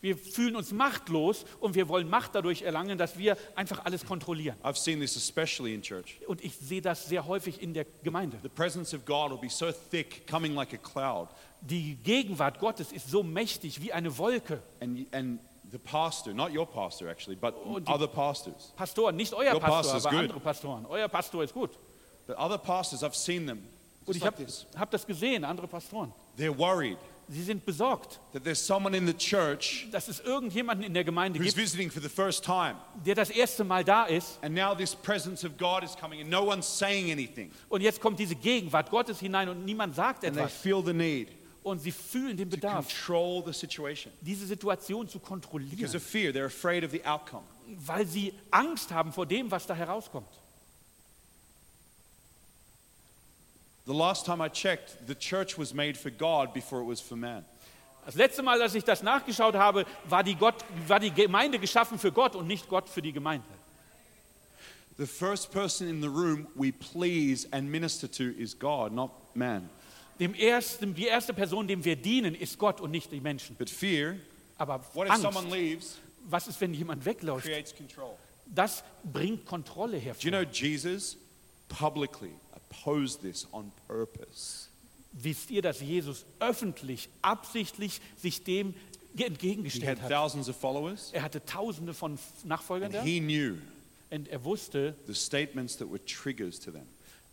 Speaker 1: Wir fühlen uns machtlos und wir wollen Macht dadurch erlangen, dass wir einfach alles kontrollieren.
Speaker 2: I've seen this especially in church.
Speaker 1: Und ich sehe das sehr häufig in der Gemeinde.
Speaker 2: The presence of God will be so thick, coming like a cloud,
Speaker 1: Die Gegenwart Gottes ist so mächtig wie eine Wolke.
Speaker 2: and, and the pastor, not your pastor actually, but
Speaker 1: Und die-
Speaker 2: other pastors,
Speaker 1: Pastoren, nicht euer
Speaker 2: Your pastor
Speaker 1: Pastor,
Speaker 2: is
Speaker 1: aber
Speaker 2: good.
Speaker 1: andere Pastoren. Euer Pastor ist gut.
Speaker 2: but other pastors, I've seen them.
Speaker 1: Und
Speaker 2: just
Speaker 1: ich
Speaker 2: like
Speaker 1: habe
Speaker 2: this.
Speaker 1: hab das gesehen, andere Pastoren.
Speaker 2: They're worried
Speaker 1: Sie sind besorgt,
Speaker 2: that there's someone in the church
Speaker 1: dass es irgendjemanden in der Gemeinde
Speaker 2: who's
Speaker 1: gibt,
Speaker 2: visiting for the first time.
Speaker 1: der das erste Mal da ist
Speaker 2: And now this presence of God is coming, and no one's saying anything.
Speaker 1: und jetzt kommt diese Gegenwart Gottes hinein und niemand sagt
Speaker 2: And they
Speaker 1: etwas
Speaker 2: feel the need
Speaker 1: und sie fühlen den
Speaker 2: to
Speaker 1: Bedarf,
Speaker 2: control the situation
Speaker 1: diese Situation zu
Speaker 2: because
Speaker 1: kontrollieren,
Speaker 2: of fear. They're afraid of the outcome.
Speaker 1: weil sie Angst haben vor dem, was da herauskommt.
Speaker 2: The last time I checked, the church was made for God before it was for man.
Speaker 1: Das letzte Mal, als ich das nachgeschaut habe, war die, Gott, war die Gemeinde geschaffen für Gott und nicht Gott für die Gemeinde.
Speaker 2: The first person in the room we please and minister to is God, not man.
Speaker 1: Dem ersten, die erste Person, dem wir dienen, ist Gott und nicht die Menschen.
Speaker 2: But fear,
Speaker 1: Aber
Speaker 2: what if someone
Speaker 1: Angst,
Speaker 2: leaves,
Speaker 1: was ist, wenn jemand wegläuft?
Speaker 2: creates control.
Speaker 1: Das bringt Kontrolle
Speaker 2: Do you
Speaker 1: hervor.
Speaker 2: know Jesus publicly opposed this on purpose?
Speaker 1: Wisst ihr, dass Jesus öffentlich, absichtlich sich dem ge-
Speaker 2: He had
Speaker 1: entgegengestellt hat?
Speaker 2: thousands of followers,
Speaker 1: Er hatte Tausende von F-
Speaker 2: and
Speaker 1: Nachfolgern da
Speaker 2: he knew
Speaker 1: und er wusste,
Speaker 2: the statements that were triggers to them.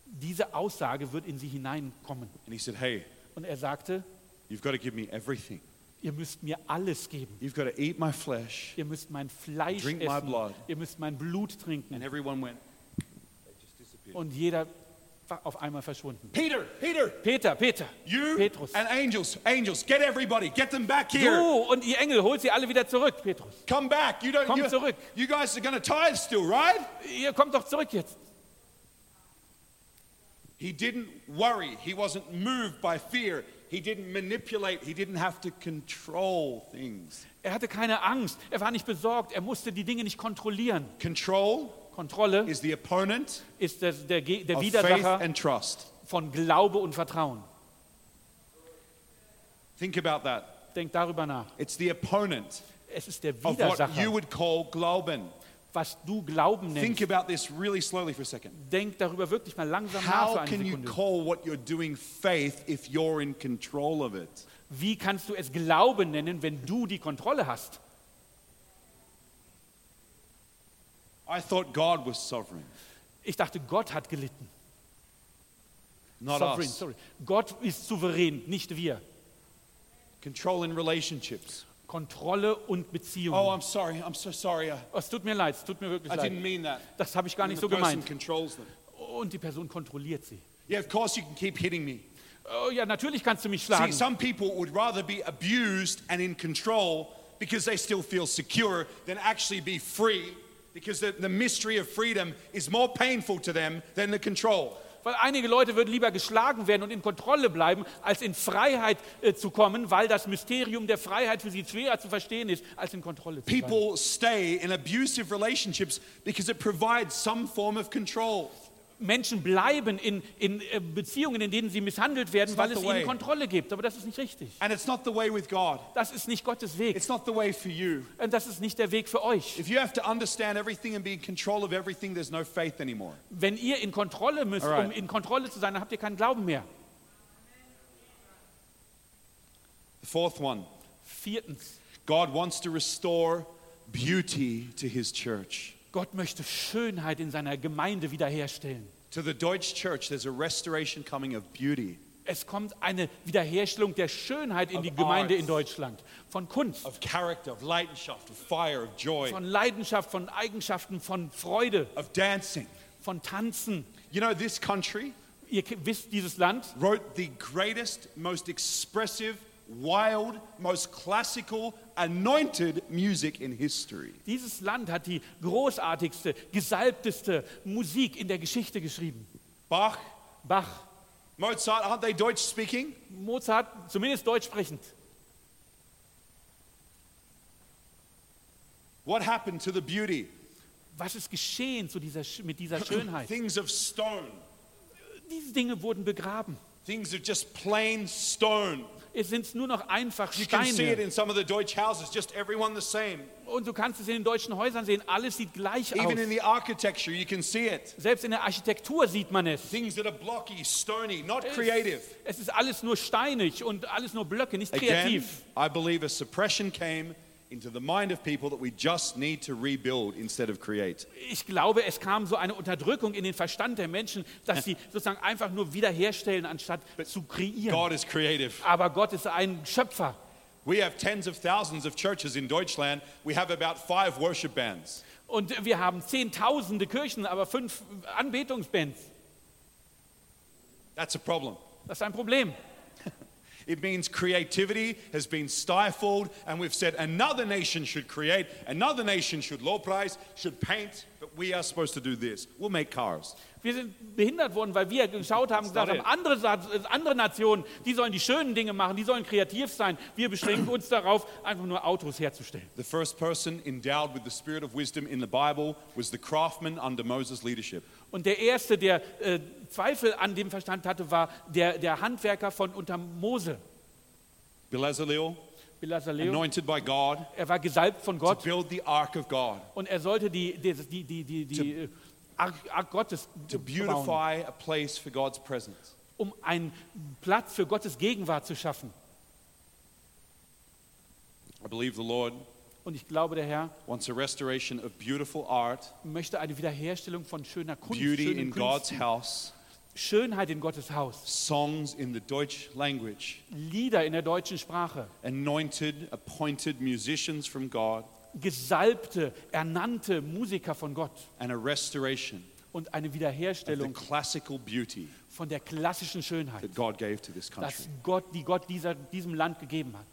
Speaker 1: diese Aussage wird in sie hineinkommen.
Speaker 2: And he said, Hey,
Speaker 1: Und er sagte,
Speaker 2: you've got to give me everything.
Speaker 1: ihr müsst mir alles geben.
Speaker 2: You've got to eat my flesh.
Speaker 1: Ihr müsst mein Fleisch
Speaker 2: Drink my blood.
Speaker 1: essen. Ihr müsst mein Blut
Speaker 2: And
Speaker 1: trinken.
Speaker 2: everyone went,
Speaker 1: Und jeder war auf einmal verschwunden.
Speaker 2: Peter, Peter,
Speaker 1: Peter, Peter,
Speaker 2: you
Speaker 1: Petrus.
Speaker 2: and angels, angels, get everybody, get them back here.
Speaker 1: Du und die Engel, holt sie alle wieder zurück, Petrus.
Speaker 2: Come back. You don't.
Speaker 1: Komm
Speaker 2: you,
Speaker 1: zurück.
Speaker 2: you guys are going to tithe still, right?
Speaker 1: Ihr kommt doch zurück jetzt.
Speaker 2: He didn't worry. He wasn't moved by fear. He didn't manipulate. He didn't have to control things.
Speaker 1: Er hatte keine Angst, er war nicht besorgt, er musste die Dinge nicht kontrollieren.
Speaker 2: Control
Speaker 1: Kontrolle
Speaker 2: is the opponent
Speaker 1: ist das, der, Ge- der
Speaker 2: of faith
Speaker 1: Widersacher
Speaker 2: and trust.
Speaker 1: von Glaube und Vertrauen.
Speaker 2: Think about that.
Speaker 1: Denkt darüber nach.
Speaker 2: It's the opponent
Speaker 1: Es ist der
Speaker 2: of what you
Speaker 1: Widersacher,
Speaker 2: would call Glauben.
Speaker 1: was du Glauben
Speaker 2: Think
Speaker 1: nennst.
Speaker 2: about this really slowly for a second.
Speaker 1: Denk darüber wirklich mal langsam nach
Speaker 2: How
Speaker 1: für eine
Speaker 2: can you
Speaker 1: Sekunde.
Speaker 2: call what you're doing faith if you're in control of it?
Speaker 1: Wie kannst du es Glauben nennen, wenn du die Kontrolle hast?
Speaker 2: I thought God was sovereign,
Speaker 1: Ich dachte, Gott hat gelitten.
Speaker 2: not
Speaker 1: Sovereign,
Speaker 2: us.
Speaker 1: sorry. Gott ist souverän, nicht wir.
Speaker 2: Control in relationships.
Speaker 1: Kontrolle und
Speaker 2: Oh,
Speaker 1: Beziehung.
Speaker 2: I'm sorry. I'm so sorry. I,
Speaker 1: es tut mir leid, es tut mir wirklich
Speaker 2: I didn't
Speaker 1: leid.
Speaker 2: mean that.
Speaker 1: Das habe ich gar
Speaker 2: And
Speaker 1: nicht
Speaker 2: the
Speaker 1: so
Speaker 2: person
Speaker 1: gemeint.
Speaker 2: controls them.
Speaker 1: Und die Person kontrolliert sie.
Speaker 2: Yeah, of course you can keep hitting me.
Speaker 1: Oh, ja, natürlich kannst du mich
Speaker 2: See,
Speaker 1: schlagen.
Speaker 2: some people would rather be abused and in control because they still feel secure than actually be free because the, the mystery of freedom is more painful to them than the control.
Speaker 1: Weil einige Leute würden lieber geschlagen werden und in Kontrolle bleiben, als in Freiheit äh, zu kommen, weil das Mysterium der Freiheit für sie schwerer zu verstehen ist, als in Kontrolle zu sein.
Speaker 2: People stay in abusive relationships because it provides some form of control.
Speaker 1: Menschen bleiben in, in äh, Beziehungen, in denen sie misshandelt werden,
Speaker 2: It's not
Speaker 1: weil es
Speaker 2: the way.
Speaker 1: ihnen Kontrolle gibt. Aber das ist nicht richtig.
Speaker 2: And it's not the way with God.
Speaker 1: Das ist nicht Gottes Weg.
Speaker 2: It's not the way for you.
Speaker 1: Und Äh, das ist nicht der Weg für euch.
Speaker 2: If you have to understand everything and be in control of everything, there's no faith anymore.
Speaker 1: Wenn ihr in Kontrolle müsst,
Speaker 2: Alright.
Speaker 1: um in Kontrolle zu sein, dann habt ihr keinen Glauben mehr.
Speaker 2: The fourth one
Speaker 1: Viertens,
Speaker 2: God wants to restore beauty to his church.
Speaker 1: Gott möchte Schönheit in seiner Gemeinde wiederherstellen.
Speaker 2: To the Deutsch church, there's a restoration coming of beauty,
Speaker 1: Es kommt eine Wiederherstellung der Schönheit in
Speaker 2: Of
Speaker 1: die Gemeinde
Speaker 2: arts.
Speaker 1: in Deutschland. Von Kunst,
Speaker 2: of character, of Leidenschaft, of fire, of joy,
Speaker 1: von Leidenschaft, von Eigenschaften, von Freude,
Speaker 2: of dancing.
Speaker 1: von Tanzen.
Speaker 2: You know, this country
Speaker 1: Ihr ke- wisst dieses Land.
Speaker 2: wrote the greatest, most expressive, wild, most classical, anointed music in history.
Speaker 1: Dieses Land hat die großartigste, gesalbteste Musik in der Geschichte geschrieben.
Speaker 2: Bach,
Speaker 1: Bach,
Speaker 2: Mozart, aren't they Deutsch speaking?
Speaker 1: Mozart, zumindest deutsch sprechend.
Speaker 2: What happened to the beauty?
Speaker 1: Was ist geschehen zu dieser, Sch- mit dieser Schönheit?
Speaker 2: Things of stone,
Speaker 1: Diese Dinge wurden begraben.
Speaker 2: things of just plain stone.
Speaker 1: Es sind nur noch einfach
Speaker 2: You can see it
Speaker 1: Steine.
Speaker 2: in some of the Deutsch houses, just everyone the same.
Speaker 1: Und du kannst es in den deutschen Häusern sehen, alles sieht gleich aus.
Speaker 2: Even in the architecture, you can see it.
Speaker 1: Selbst in der Architektur sieht man es.
Speaker 2: Things that are blocky, stony, not
Speaker 1: Es-
Speaker 2: creative.
Speaker 1: Es ist alles nur steinig und alles nur Blöcke, nicht kreativ.
Speaker 2: I believe a suppression came into the mind of people that we just need to rebuild instead of create.
Speaker 1: Ich glaube, es kam so eine Unterdrückung in den Verstand der Menschen, dass sie sozusagen einfach nur wiederherstellen, anstatt zu kreieren.
Speaker 2: God is creative.
Speaker 1: Aber Gott ist ein Schöpfer.
Speaker 2: We have tens of thousands of churches in Deutschland. We have about five worship bands.
Speaker 1: Und wir haben zehntausende Kirchen, aber fünf Anbetungsbands.
Speaker 2: That's a problem.
Speaker 1: Das ist ein Problem.
Speaker 2: It means creativity has been stifled, and we've said another nation should create, another nation should low price, should paint, but we are supposed to do this. We'll make cars.
Speaker 1: Wir sind behindert worden, weil wir geschaut haben, gesagt haben,
Speaker 2: Sorry.
Speaker 1: andere, Sa- andere Nationen, die sollen die schönen Dinge machen, die sollen kreativ sein. Wir beschränken uns darauf, einfach nur Autos herzustellen.
Speaker 2: The first person endowed with the spirit of wisdom in the Bible was the craftsman under Moses' leadership.
Speaker 1: Und der Erste, der äh, Zweifel an dem Verstand hatte, war der, der Handwerker von unter Mose,
Speaker 2: Belazaleel,
Speaker 1: Belasaleo.
Speaker 2: anointed by God
Speaker 1: Er war gesalbt von
Speaker 2: to
Speaker 1: Gott
Speaker 2: build the ark of God,
Speaker 1: und er sollte die, die, die, die, die, die äh, Ark, Ark Gottes
Speaker 2: to
Speaker 1: bauen,
Speaker 2: beautify a place for God's presence.
Speaker 1: um einen Platz für Gottes Gegenwart zu schaffen.
Speaker 2: I believe the Lord
Speaker 1: Und ich glaube, der Herr
Speaker 2: wants a restoration of beautiful art,
Speaker 1: möchte eine Wiederherstellung von schöner Kunst,
Speaker 2: beauty
Speaker 1: schönen
Speaker 2: in God's
Speaker 1: Künsten,
Speaker 2: house,
Speaker 1: Schönheit in Gottes Haus.
Speaker 2: songs in the Deutsch language,
Speaker 1: Lieder in der deutschen Sprache,
Speaker 2: anointed, appointed musicians from God,
Speaker 1: gesalbte, ernannte Musiker von Gott
Speaker 2: and a restoration
Speaker 1: und eine
Speaker 2: of the
Speaker 1: Wiederherstellung
Speaker 2: classical beauty
Speaker 1: von der klassischen Schönheit,
Speaker 2: that God gave to this country.
Speaker 1: das Gott, die Gott dieser, diesem Land gegeben hat.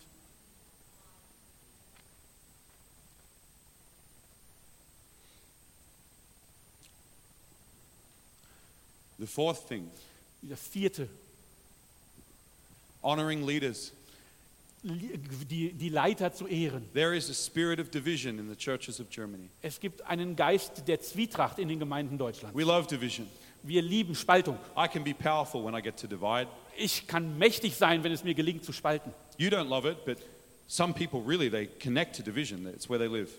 Speaker 2: The fourth thing,
Speaker 1: Das vierte,
Speaker 2: honoring leaders.
Speaker 1: li- die, die Leiter zu ehren.
Speaker 2: There is a spirit of division in the churches of Germany.
Speaker 1: Es gibt einen Geist der Zwietracht in den Gemeinden Deutschlands.
Speaker 2: We love division.
Speaker 1: Wir lieben Spaltung.
Speaker 2: I can be powerful when I get to divide.
Speaker 1: Ich kann mächtig sein, wenn es mir gelingt zu spalten.
Speaker 2: You don't love it, but some people really they connect to division. It's where they live.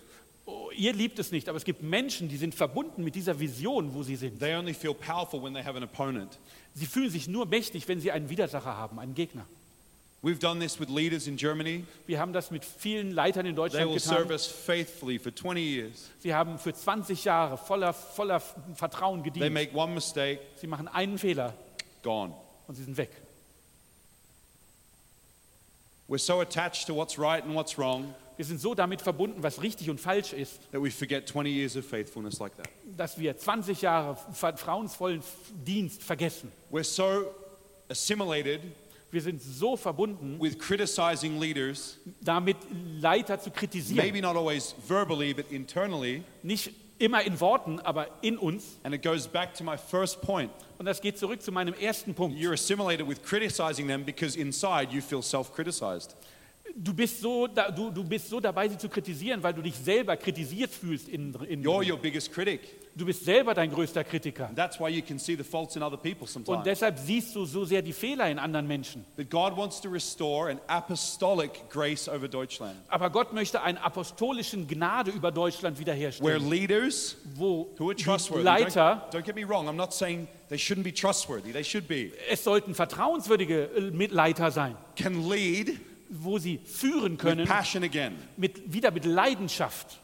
Speaker 1: Oh, ihr liebt es nicht, aber es gibt Menschen, die sind verbunden mit dieser Vision, wo sie sind.
Speaker 2: They only feel powerful when they have an opponent.
Speaker 1: Sie fühlen sich nur mächtig, wenn sie einen Widersacher haben, einen Gegner.
Speaker 2: We've done this with leaders in Germany.
Speaker 1: Wir haben das mit vielen Leitern in
Speaker 2: They
Speaker 1: Deutschland
Speaker 2: will serve
Speaker 1: getan.
Speaker 2: us faithfully for 20 years.
Speaker 1: Sie haben für 20 Jahre voller, voller Vertrauen
Speaker 2: They
Speaker 1: gedient.
Speaker 2: make one mistake,
Speaker 1: Sie machen einen Fehler
Speaker 2: gone.
Speaker 1: und sie sind weg.
Speaker 2: We're so attached to what's right and what's wrong
Speaker 1: Wir sind so damit verbunden, was richtig und falsch ist,
Speaker 2: that we forget 20 years of faithfulness like that.
Speaker 1: dass wir 20 Jahre vertrauensvollen Dienst vergessen.
Speaker 2: We're so assimilated
Speaker 1: Wir sind so verbunden,
Speaker 2: with criticizing leaders,
Speaker 1: damit Leiter zu kritisieren.
Speaker 2: maybe not always verbally, but internally,
Speaker 1: Nicht immer in Worten, aber in uns.
Speaker 2: And it goes back to my first point.
Speaker 1: Und das geht zurück zu meinem ersten Punkt.
Speaker 2: You're assimilated with criticizing them because inside you feel self criticized.
Speaker 1: Du bist, so da, du, du bist so dabei, sie zu kritisieren, weil du dich selber kritisiert fühlst. In, in,
Speaker 2: You're your biggest critic.
Speaker 1: du bist selber dein größter Kritiker.
Speaker 2: That's why you can see the faults in other people
Speaker 1: Und
Speaker 2: sometimes.
Speaker 1: deshalb siehst du so sehr die Fehler in anderen Menschen.
Speaker 2: But God wants to restore an apostolic grace over Deutschland,
Speaker 1: Aber Gott möchte einen apostolischen Gnade über Deutschland
Speaker 2: where
Speaker 1: wiederherstellen,
Speaker 2: leaders
Speaker 1: wo
Speaker 2: who are
Speaker 1: die
Speaker 2: trustworthy.
Speaker 1: Leiter
Speaker 2: Don't, don't get me wrong, I'm not saying they shouldn't be trustworthy, they should be.
Speaker 1: Es sollten vertrauenswürdige äh, Mitleiter sein,
Speaker 2: Can lead
Speaker 1: wo sie führen
Speaker 2: with
Speaker 1: können,
Speaker 2: passion again.
Speaker 1: mit, wieder mit Leidenschaft.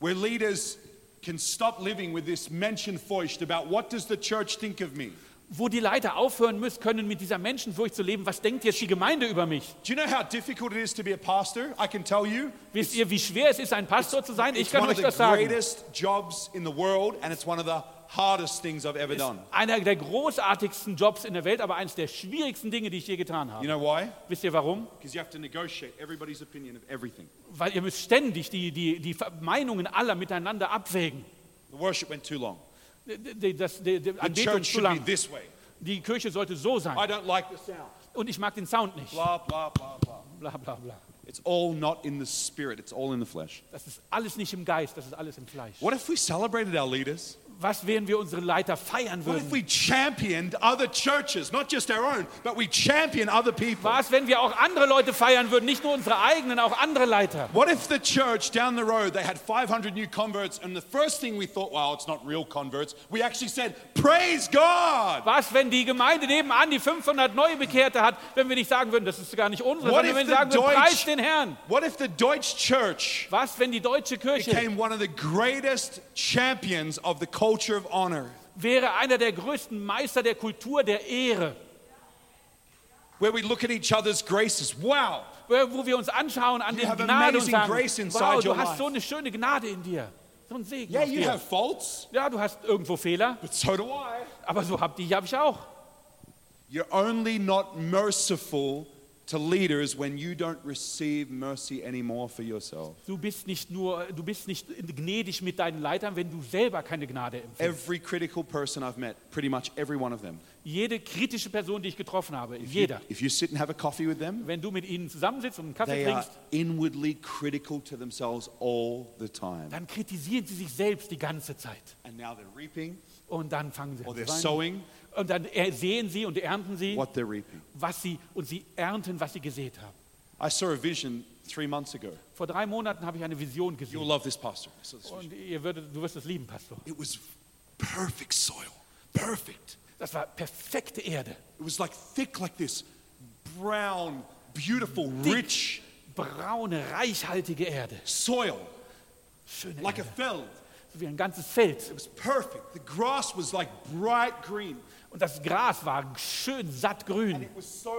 Speaker 2: where leaders can stop living with this menschenfurcht about what does the church think of me?
Speaker 1: Wo die Leiter aufhören müssen, können mit dieser Menschenfurcht zu leben. Was denkt jetzt die Gemeinde über mich?
Speaker 2: Do you know how difficult it is to be a pastor? I can tell you.
Speaker 1: Wisst ihr, wie schwer es ist, ein Pastor zu sein? Ich
Speaker 2: It's
Speaker 1: kann
Speaker 2: one
Speaker 1: euch
Speaker 2: of the
Speaker 1: das sagen.
Speaker 2: greatest jobs in the world, and it's one of the hardest things I've ever done.
Speaker 1: Einer der großartigsten Jobs in der Welt, aber eines der schwierigsten Dinge, die ich je getan
Speaker 2: You
Speaker 1: habe.
Speaker 2: know why?
Speaker 1: Wisst ihr warum?
Speaker 2: Because you have to negotiate everybody's opinion of everything.
Speaker 1: Weil ihr müsst ständig die, die, die Ver- Meinungen aller miteinander abwägen.
Speaker 2: The worship went too long.
Speaker 1: D- d- Das, die, die
Speaker 2: The
Speaker 1: Anbetung
Speaker 2: church
Speaker 1: zu
Speaker 2: should be
Speaker 1: lang.
Speaker 2: this way.
Speaker 1: Die Kirche sollte so sein.
Speaker 2: I don't like the sound.
Speaker 1: Und ich mag den Sound nicht.
Speaker 2: Blah, blah, blah, blah.
Speaker 1: Bla bla bla.
Speaker 2: It's all not in the spirit, it's all in the flesh.
Speaker 1: Das ist alles nicht im Geist, das ist alles im Fleisch.
Speaker 2: What if we celebrated our leaders?
Speaker 1: Was, wären wir unsere Leiter feiern
Speaker 2: What if we
Speaker 1: würden?
Speaker 2: championed other churches, not just our own, but we champion other people?
Speaker 1: Was, wenn wir auch andere Leute feiern würden, nicht nur unsere eigenen, auch andere Leiter?
Speaker 2: What if the church down the road they had 500 new converts, and the first thing we thought, wow, it's not real converts. We actually said, praise God.
Speaker 1: Was, wenn die Gemeinde nebenan die 500 Neubekehrte hat, wenn wir nicht sagen würden, das ist gar nicht unsere,
Speaker 2: What
Speaker 1: sondern
Speaker 2: if
Speaker 1: wenn
Speaker 2: the
Speaker 1: wir sagen würden,
Speaker 2: Deutsch-
Speaker 1: preis den Herrn?
Speaker 2: What if the Deutsch Church
Speaker 1: Was, wenn die deutsche Kirche
Speaker 2: became one of the greatest champions of the culture of honor,
Speaker 1: wäre einer der größten Meister der Kultur der Ehre,
Speaker 2: where we look at each other's graces? Wow,
Speaker 1: wo wir uns anschauen an
Speaker 2: You
Speaker 1: den
Speaker 2: have
Speaker 1: Gnaden
Speaker 2: amazing
Speaker 1: und sagen,
Speaker 2: grace inside
Speaker 1: wow, du
Speaker 2: your
Speaker 1: hast
Speaker 2: life."
Speaker 1: so eine schöne Gnade in dir, so ein Segen
Speaker 2: yeah,
Speaker 1: auf
Speaker 2: you
Speaker 1: dir.
Speaker 2: have faults,
Speaker 1: Ja, du hast irgendwo Fehler,
Speaker 2: but so do I.
Speaker 1: aber so hab die habe ich auch.
Speaker 2: You're only not merciful to leaders when you don't receive mercy anymore for yourself.
Speaker 1: Du bist nicht nur, du bist nicht gnädig mit deinen Leitern, wenn du selber keine Gnade empfindest.
Speaker 2: Every critical person I've met, pretty much every one of them,
Speaker 1: Jede kritische Person, die ich getroffen habe, jeder,
Speaker 2: if you sit and have a coffee with them,
Speaker 1: wenn du mit ihnen zusammensitzt und einen Kaffee
Speaker 2: they are
Speaker 1: trinkst,
Speaker 2: inwardly critical to themselves all the time.
Speaker 1: dann kritisieren sie sich selbst die ganze Zeit.
Speaker 2: And now they're reaping
Speaker 1: Und dann fangen sie
Speaker 2: or
Speaker 1: an
Speaker 2: Oh, they're
Speaker 1: zu weinen.
Speaker 2: sowing
Speaker 1: Und dann er- sehen sie und ernten sie,
Speaker 2: what they're reaping.
Speaker 1: was sie, und sie ernten, was sie gesät haben.
Speaker 2: I saw a vision three months ago.
Speaker 1: Vor drei Monaten habe ich eine Vision
Speaker 2: You'll
Speaker 1: gesehen.
Speaker 2: love this pastor. I saw this vision.
Speaker 1: Und ihr würdet, du wirst es lieben, Pastor.
Speaker 2: It was perfect soil, perfect.
Speaker 1: Das war perfekte Erde.
Speaker 2: It was like thick, like this brown, beautiful, rich
Speaker 1: Braune, reichhaltige Erde.
Speaker 2: soil,
Speaker 1: Schöne
Speaker 2: like a
Speaker 1: Erde.
Speaker 2: feld.
Speaker 1: So wie ein ganzes Feld.
Speaker 2: It was perfect. The grass was like bright green.
Speaker 1: Und das Gras war schön
Speaker 2: And
Speaker 1: sattgrün.
Speaker 2: it was so,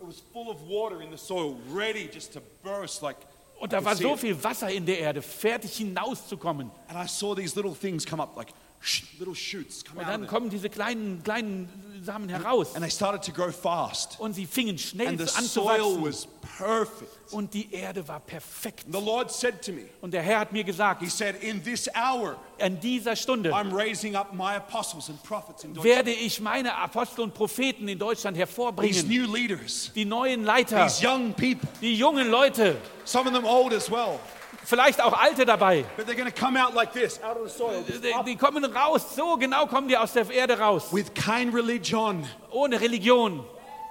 Speaker 2: it was full of water in the soil, ready just to burst. Like,
Speaker 1: Und
Speaker 2: I
Speaker 1: da
Speaker 2: could
Speaker 1: war
Speaker 2: see
Speaker 1: so
Speaker 2: it.
Speaker 1: viel Wasser in der Erde, fertig hinauszukommen.
Speaker 2: And I saw these little things come up, like sh- little shoots come
Speaker 1: Und
Speaker 2: out. of
Speaker 1: dann
Speaker 2: it.
Speaker 1: kommen diese kleinen, kleinen Samen heraus.
Speaker 2: And they started to grow fast.
Speaker 1: Und sie fingen schnell
Speaker 2: And
Speaker 1: an
Speaker 2: the
Speaker 1: zu
Speaker 2: soil
Speaker 1: wachsen.
Speaker 2: was perfect.
Speaker 1: Und die Erde war perfekt.
Speaker 2: And the Lord said to me,
Speaker 1: Und der Herr hat mir gesagt,
Speaker 2: He said, In this hour,
Speaker 1: an dieser Stunde
Speaker 2: I'm raising up my apostles and prophets in Deutschland.
Speaker 1: werde ich meine Apostel und Propheten in Deutschland
Speaker 2: These
Speaker 1: hervorbringen.
Speaker 2: new leaders,
Speaker 1: Die neuen Leiter,
Speaker 2: these young people,
Speaker 1: die jungen Leute,
Speaker 2: some of them old as well,
Speaker 1: vielleicht auch Alte dabei.
Speaker 2: but they're going to come out like this, out of the soil, just
Speaker 1: Die-
Speaker 2: up,
Speaker 1: Die kommen raus, so genau kommen die aus der Erde raus.
Speaker 2: with kind religion.
Speaker 1: Ohne Religion.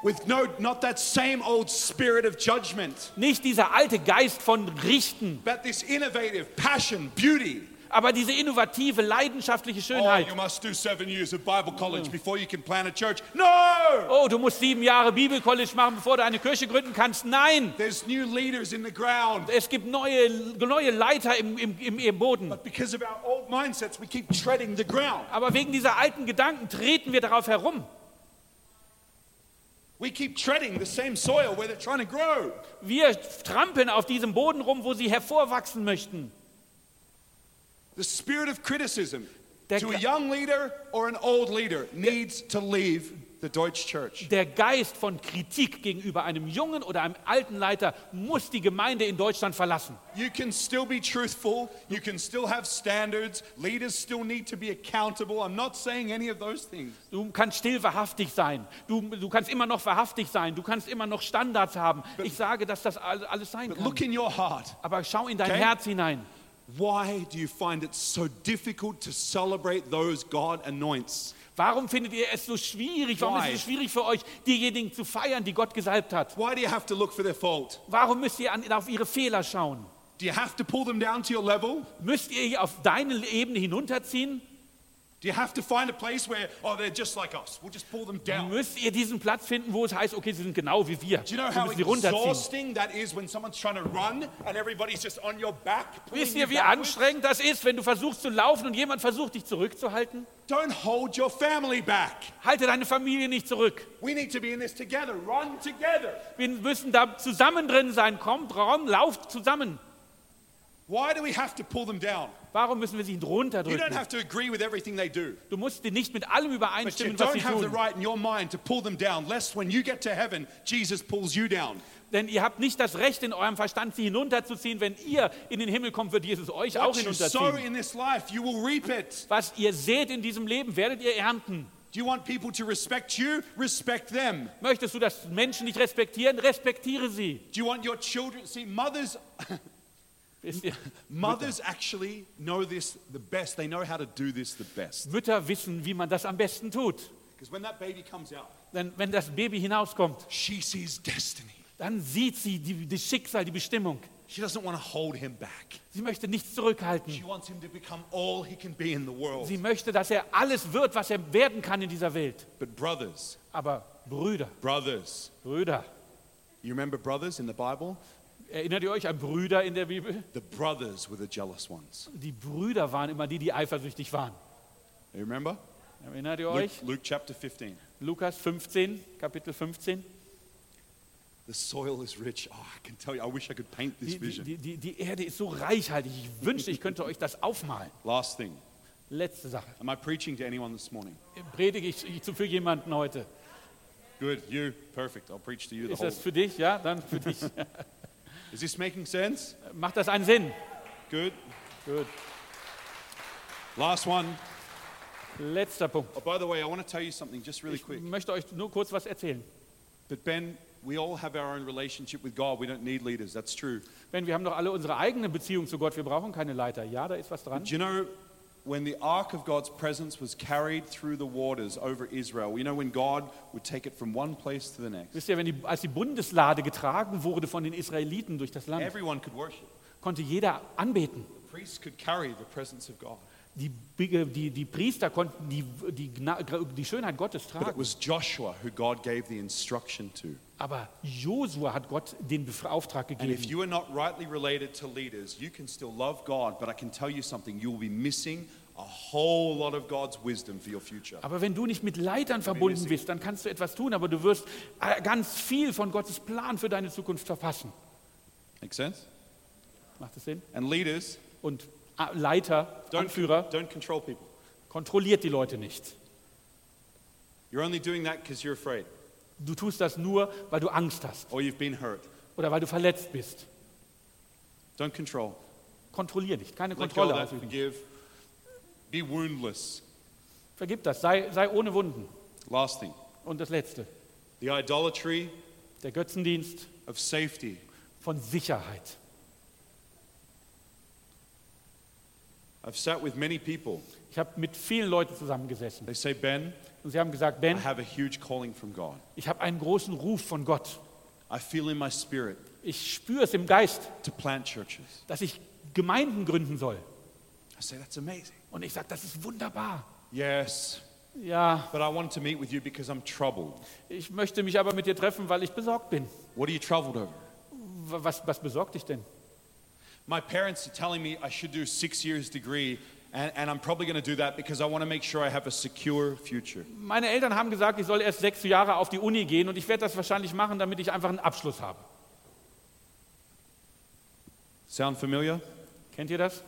Speaker 2: with no not that same old spirit of judgment
Speaker 1: Nicht dieser alte Geist von Richten.
Speaker 2: but this innovative passion beauty
Speaker 1: Aber diese innovative, leidenschaftliche
Speaker 2: oh you
Speaker 1: Schönheit.
Speaker 2: must do seven years of bible college before you can plant a church no
Speaker 1: Oh, du musst sieben Jahre Bibelcollege machen, bevor du eine Kirche gründen kannst. Nein,
Speaker 2: there's new leaders in the ground
Speaker 1: es gibt neue, neue Leiter im, im, im, im Boden.
Speaker 2: but because of our old mindsets we keep treading the ground
Speaker 1: Aber wegen dieser alten Gedanken treten wir darauf herum.
Speaker 2: we keep treading the same soil where they're trying to grow
Speaker 1: Wir trampeln auf diesem Boden rum, wo sie hervorwachsen möchten.
Speaker 2: the spirit of criticism
Speaker 1: Der,
Speaker 2: to a
Speaker 1: Ge-
Speaker 2: young leader or an old leader needs to leave the Deutsch church.
Speaker 1: der Geist von Kritik gegenüber einem jungen oder einem alten Leiter muss die Gemeinde in Deutschland verlassen.
Speaker 2: You can still be truthful, you can still have standards, leaders still need to be accountable. I'm not saying any of those things.
Speaker 1: Du kannst still wahrhaftig sein. Du, du kannst immer noch wahrhaftig sein. Du kannst immer noch Standards haben. Ich sage, dass das all- alles sein
Speaker 2: But
Speaker 1: kann.
Speaker 2: look in your heart.
Speaker 1: Aber schau in dein
Speaker 2: Okay?
Speaker 1: Herz hinein.
Speaker 2: Why do you find it so difficult to celebrate those God anoints?
Speaker 1: Warum findet ihr es so schwierig? Warum ist
Speaker 2: Why?
Speaker 1: es so schwierig für euch, diejenigen zu feiern, die Gott gesalbt hat?
Speaker 2: Why do you have to look for their fault?
Speaker 1: Warum müsst ihr an, auf ihre Fehler schauen?
Speaker 2: Do you have to pull them down to your level?
Speaker 1: Müsst ihr hier auf deine Ebene hinunterziehen?
Speaker 2: Do you have to find a place where, oh, they're just like us? We'll just pull them down.
Speaker 1: Müsst ihr diesen Platz finden, wo es heißt, okay, sie sind genau wie wir.
Speaker 2: Do you know
Speaker 1: wir
Speaker 2: how
Speaker 1: müssen sie runterziehen.
Speaker 2: exhausting that is when someone's trying to run and everybody's just on your back? pulling
Speaker 1: Wisst
Speaker 2: you
Speaker 1: ihr, wie
Speaker 2: backwards?
Speaker 1: anstrengend das ist, wenn du versuchst zu laufen und jemand versucht, dich zurückzuhalten?
Speaker 2: Don't hold your family back.
Speaker 1: Halte deine Familie nicht zurück.
Speaker 2: We need to be in this together. Run together.
Speaker 1: Wir müssen da zusammen drin sein. Kommt, Raum, lauft zusammen.
Speaker 2: Why do we have to pull them down?
Speaker 1: Warum müssen wir sie
Speaker 2: You don't
Speaker 1: runterdrücken?
Speaker 2: have to agree with everything they do.
Speaker 1: Du musst dir nicht mit allem
Speaker 2: But you
Speaker 1: übereinstimmen, was
Speaker 2: don't
Speaker 1: sie
Speaker 2: have the
Speaker 1: tun.
Speaker 2: right in your mind to pull them down, lest when you get to heaven, Jesus pulls you down.
Speaker 1: Denn ihr habt nicht das Recht in eurem Verstand, sie hinunterzuziehen. Wenn ihr in den Himmel kommt, wird Jesus euch auch
Speaker 2: What you sow
Speaker 1: hinunterziehen.
Speaker 2: in this life, you will reap it.
Speaker 1: Was ihr seht in diesem Leben, werdet ihr ernten.
Speaker 2: Do you want people to respect you? Respect them.
Speaker 1: Möchtest du, dass Menschen dich respektieren? Respektiere sie.
Speaker 2: Do you want your children? See, mothers,
Speaker 1: Wisst ihr,
Speaker 2: mothers actually know this the best. They know how to do this the best.
Speaker 1: Mütter wissen, wie man das am besten tut.
Speaker 2: Because when that baby comes out,
Speaker 1: Denn wenn das Baby hinauskommt,
Speaker 2: she sees destiny.
Speaker 1: dann sieht sie die, das Schicksal, die Bestimmung.
Speaker 2: She doesn't want to hold him back.
Speaker 1: Sie möchte nichts
Speaker 2: She
Speaker 1: zurückhalten.
Speaker 2: wants him to become all he can be in the world.
Speaker 1: Sie möchte, dass er alles wird, was er werden kann in dieser Welt.
Speaker 2: But brothers,
Speaker 1: Aber Brüder,
Speaker 2: brothers,
Speaker 1: Brüder,
Speaker 2: you remember brothers in the Bible?
Speaker 1: erinnert ihr euch an Brüder in der Bibel?
Speaker 2: The brothers were the jealous ones.
Speaker 1: Die Brüder waren immer die, die eifersüchtig waren.
Speaker 2: You remember?
Speaker 1: Erinnert ihr
Speaker 2: Luke,
Speaker 1: euch?
Speaker 2: Luke chapter 15.
Speaker 1: Lukas 15, Kapitel 15.
Speaker 2: The soil is rich. Oh, I can tell you, I wish I could paint this
Speaker 1: Die, die,
Speaker 2: vision.
Speaker 1: die, die- die Erde ist so reichhaltig. Ich wünschte, ich könnte euch das aufmalen.
Speaker 2: Last thing.
Speaker 1: Letzte Sache.
Speaker 2: Am I preaching to anyone this morning?
Speaker 1: Predige ich, ich zu für jemanden heute.
Speaker 2: Good. You. Perfect. I'll preach to you the
Speaker 1: Ist
Speaker 2: whole.
Speaker 1: das für dich? Ja, dann für dich.
Speaker 2: Is this making sense?
Speaker 1: Macht das einen Sinn?
Speaker 2: Good.
Speaker 1: Gut.
Speaker 2: Last one.
Speaker 1: Letzter Punkt.
Speaker 2: Oh, by the way, I want to tell you something just really
Speaker 1: Ich
Speaker 2: quick.
Speaker 1: möchte euch nur kurz was erzählen.
Speaker 2: But Ben, we all have our own relationship with God. We don't need leaders. That's true.
Speaker 1: Denn wir haben doch alle unsere eigene Beziehung zu Gott. Wir brauchen keine Leiter. Ja, da ist was dran.
Speaker 2: Do you know when the ark of God's presence was carried through the waters over Israel? You know when God would take it from one place to the next.
Speaker 1: Wisst ihr, wenn die, als die Bundeslade getragen wurde von den Israeliten durch das Land,
Speaker 2: Everyone could worship.
Speaker 1: konnte jeder anbeten.
Speaker 2: The priests could carry the presence of God.
Speaker 1: Die, die, die Priester konnten die, die, Gna- die Schönheit Gottes
Speaker 2: But it
Speaker 1: tragen.
Speaker 2: was Joshua who God gave the instruction to.
Speaker 1: Aber Josua hat Gott den Bef- Auftrag
Speaker 2: And if
Speaker 1: gegeben.
Speaker 2: you are not rightly related to leaders, you can still love God, but I can tell you something, you will be missing a whole lot of God's wisdom for your future.
Speaker 1: Aber wenn du nicht mit Leitern verbunden bist, dann kannst du etwas tun, aber du wirst äh, ganz viel von Gottes Plan für deine Zukunft verpassen.
Speaker 2: Make sense?
Speaker 1: Macht das Sinn?
Speaker 2: And leaders
Speaker 1: Und äh, Leiter,
Speaker 2: don't,
Speaker 1: Anführer,
Speaker 2: don't control people.
Speaker 1: kontrolliert die Leute nicht.
Speaker 2: You're only doing that because you're afraid
Speaker 1: Du tust das nur, weil du Angst hast
Speaker 2: or you've been hurt.
Speaker 1: oder weil du verletzt bist.
Speaker 2: Don't control.
Speaker 1: Kontrollier nicht, keine
Speaker 2: Let go of
Speaker 1: Kontrolle
Speaker 2: that,
Speaker 1: ausüben.
Speaker 2: forgive. Be woundless.
Speaker 1: Vergib das, sei, sei ohne Wunden.
Speaker 2: Last thing,
Speaker 1: Und das Letzte,
Speaker 2: the idolatry
Speaker 1: der Götzendienst
Speaker 2: of safety.
Speaker 1: von Sicherheit.
Speaker 2: I've sat with many people.
Speaker 1: Ich habe mit vielen Leuten zusammengesessen
Speaker 2: They say, Ben,
Speaker 1: und sie haben gesagt,
Speaker 2: I
Speaker 1: Ben,
Speaker 2: have a huge calling from God.
Speaker 1: ich habe einen großen Ruf von Gott.
Speaker 2: I feel in my spirit
Speaker 1: Ich spüre es im Geist,
Speaker 2: to plant churches.
Speaker 1: dass ich Gemeinden gründen soll.
Speaker 2: I say, that's amazing.
Speaker 1: Und ich sage, das ist wunderbar.
Speaker 2: Yes,
Speaker 1: Ja,
Speaker 2: but I wanted to meet with you because I'm troubled.
Speaker 1: ich möchte mich aber mit dir treffen, weil ich besorgt bin.
Speaker 2: What are you troubled over?
Speaker 1: W- Was, was besorgt dich denn?
Speaker 2: My parents are telling me I should do six years degree, and, and I'm probably going to do that because I want to make sure I have a secure future.
Speaker 1: Meine Eltern haben gesagt, ich soll erst sechs Jahre auf die Uni gehen und ich werde das wahrscheinlich machen, damit ich einfach einen Abschluss habe.
Speaker 2: Sound familiar?
Speaker 1: Kennt ihr das?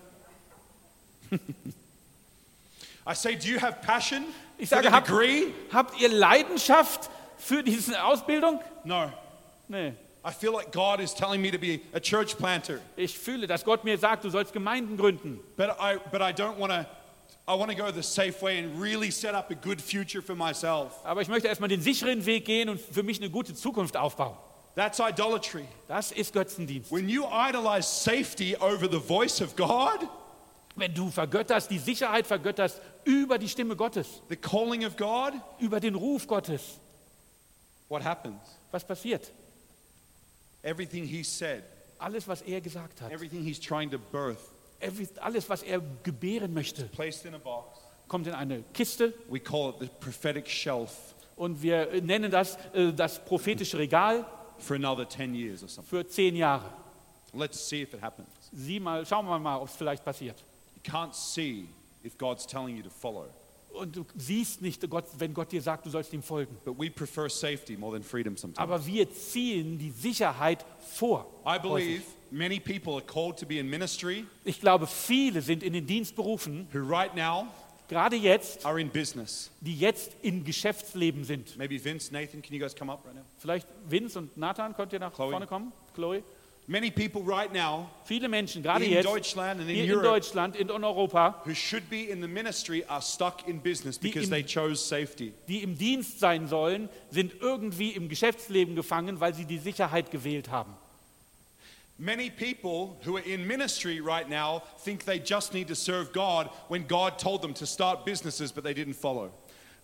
Speaker 2: I say, do you have passion
Speaker 1: Ich
Speaker 2: for the
Speaker 1: sage, habt,
Speaker 2: degree?
Speaker 1: habt ihr Leidenschaft für diese Ausbildung?
Speaker 2: No.
Speaker 1: Nee.
Speaker 2: I feel like God is telling me to be a church planter,
Speaker 1: Ich fühle, dass Gott mir sagt, du sollst Gemeinden gründen.
Speaker 2: but I, but I don't want to. I want to go the safe way and really set up a good future for myself.
Speaker 1: Aber ich möchte erstmal den sicheren Weg gehen und für mich eine gute Zukunft aufbauen.
Speaker 2: That's idolatry.
Speaker 1: Das ist Götzendienst.
Speaker 2: When you idolize safety over the voice of God,
Speaker 1: Wenn du vergötterst, die Sicherheit vergötterst über die Stimme Gottes,
Speaker 2: the calling of God,
Speaker 1: über den Ruf Gottes,
Speaker 2: what happens?
Speaker 1: was passiert?
Speaker 2: Everything He said,
Speaker 1: Alles, was er gesagt hat,
Speaker 2: everything He's trying to birth,
Speaker 1: every, alles, was er gebären möchte,
Speaker 2: placed in a box.
Speaker 1: kommt in eine Kiste
Speaker 2: We call it the prophetic shelf
Speaker 1: und wir äh, nennen das äh, das prophetische Regal
Speaker 2: for another 10 years or something.
Speaker 1: für zehn Jahre.
Speaker 2: Let's see if it happens.
Speaker 1: Sieh mal, schauen wir mal, ob es vielleicht passiert.
Speaker 2: You can't see if God's telling you to follow.
Speaker 1: Und du siehst nicht, Gott, wenn Gott dir sagt, du sollst ihm folgen.
Speaker 2: But we prefer safety more than freedom sometimes.
Speaker 1: Aber wir ziehen die Sicherheit vor.
Speaker 2: I believe many people are called to be in ministry
Speaker 1: Ich glaube, viele sind in den Dienst berufen,
Speaker 2: who right now
Speaker 1: gerade jetzt,
Speaker 2: are in business.
Speaker 1: die jetzt im Geschäftsleben sind.
Speaker 2: Maybe Vince, Nathan, can you guys come up right now?
Speaker 1: Vielleicht Vince und Nathan, könnt ihr nach
Speaker 2: Chloe.
Speaker 1: vorne kommen? Chloe.
Speaker 2: Many people right now
Speaker 1: Viele Menschen, gerade
Speaker 2: in
Speaker 1: jetzt,
Speaker 2: Deutschland and in
Speaker 1: hier in
Speaker 2: Europe
Speaker 1: Deutschland in- und Europa,
Speaker 2: who should be in the ministry are stuck in business
Speaker 1: Die
Speaker 2: because
Speaker 1: im-
Speaker 2: they chose safety.
Speaker 1: die im Dienst sein sollen, sind irgendwie im Geschäftsleben gefangen, weil sie die Sicherheit gewählt haben.
Speaker 2: Many people who are in ministry right now think they just need to serve God when God told them to start businesses, but they didn't follow.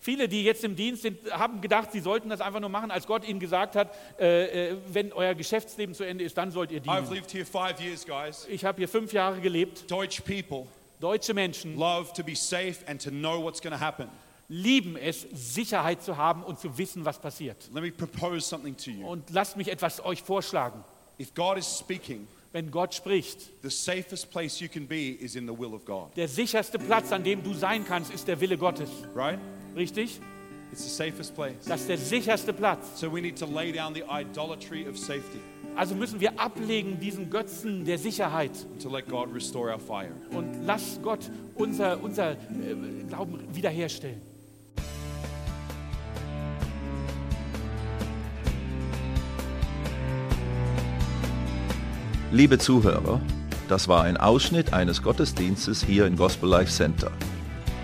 Speaker 1: Viele, die jetzt im Dienst sind, haben gedacht, sie sollten das einfach nur machen, als Gott ihnen gesagt hat, äh, äh, wenn euer Geschäftsleben zu Ende ist, dann sollt ihr
Speaker 2: I've
Speaker 1: dienen.
Speaker 2: lived here five years, guys.
Speaker 1: Ich habe hier fünf Jahre gelebt.
Speaker 2: Deutsch people
Speaker 1: Deutsche Menschen
Speaker 2: love to be safe and to know what's going to happen.
Speaker 1: lieben es, Sicherheit zu haben und zu wissen, was passiert.
Speaker 2: Let me propose something to you.
Speaker 1: Und lasst mich etwas euch vorschlagen.
Speaker 2: If God is speaking,
Speaker 1: Wenn Gott spricht,
Speaker 2: the safest place you can be is in the will of God,
Speaker 1: der sicherste Platz, an dem du sein kannst, ist der Wille Gottes.
Speaker 2: right?
Speaker 1: Richtig?
Speaker 2: It's the safest place.
Speaker 1: Das ist der sicherste Platz.
Speaker 2: So we need to lay down the idolatry of safety
Speaker 1: Also müssen wir ablegen diesen Götzen der Sicherheit
Speaker 2: and to let God restore our fire.
Speaker 1: und lass Gott unser, unser äh, Glauben wiederherstellen.
Speaker 3: Liebe Zuhörer, das war ein Ausschnitt eines Gottesdienstes hier im Gospel Life Center.